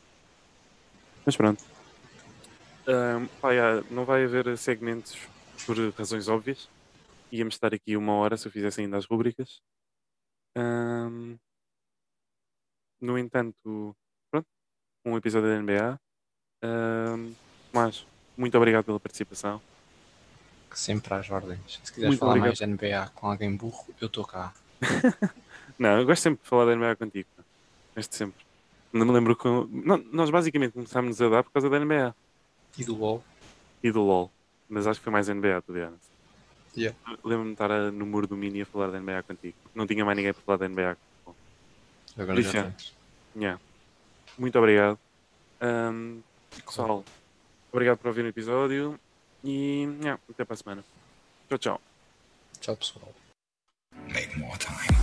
Mas pronto. Ahm, pá, yeah, não vai haver segmentos por razões óbvias. Íamos estar aqui uma hora se eu fizesse ainda as rubricas. Ahm, no entanto, pronto, um episódio da NBA. Ahm, mas muito obrigado pela participação.
Sempre às ordens. Se quiseres
Muito
falar
obrigado.
mais da NBA com alguém burro, eu estou cá.
Não, eu gosto sempre de falar da NBA contigo. pá. Gosto sempre. Não me lembro que. não, nós basicamente começámos a dar por causa da NBA
E do LOL.
e do LOL. Mas acho que foi mais NBA, tu vês.
Yeah.
Lembro-me de estar a- no muro do Mini a falar da NBA contigo. Não tinha mais ninguém para falar da NBA.
Agora já
Cristiano.
tens.
Yeah. Muito obrigado. Ahm, pessoal, obrigado por ouvir o episódio e yeah, até para a semana. Tchau, tchau.
Tchau, pessoal.
Make more time.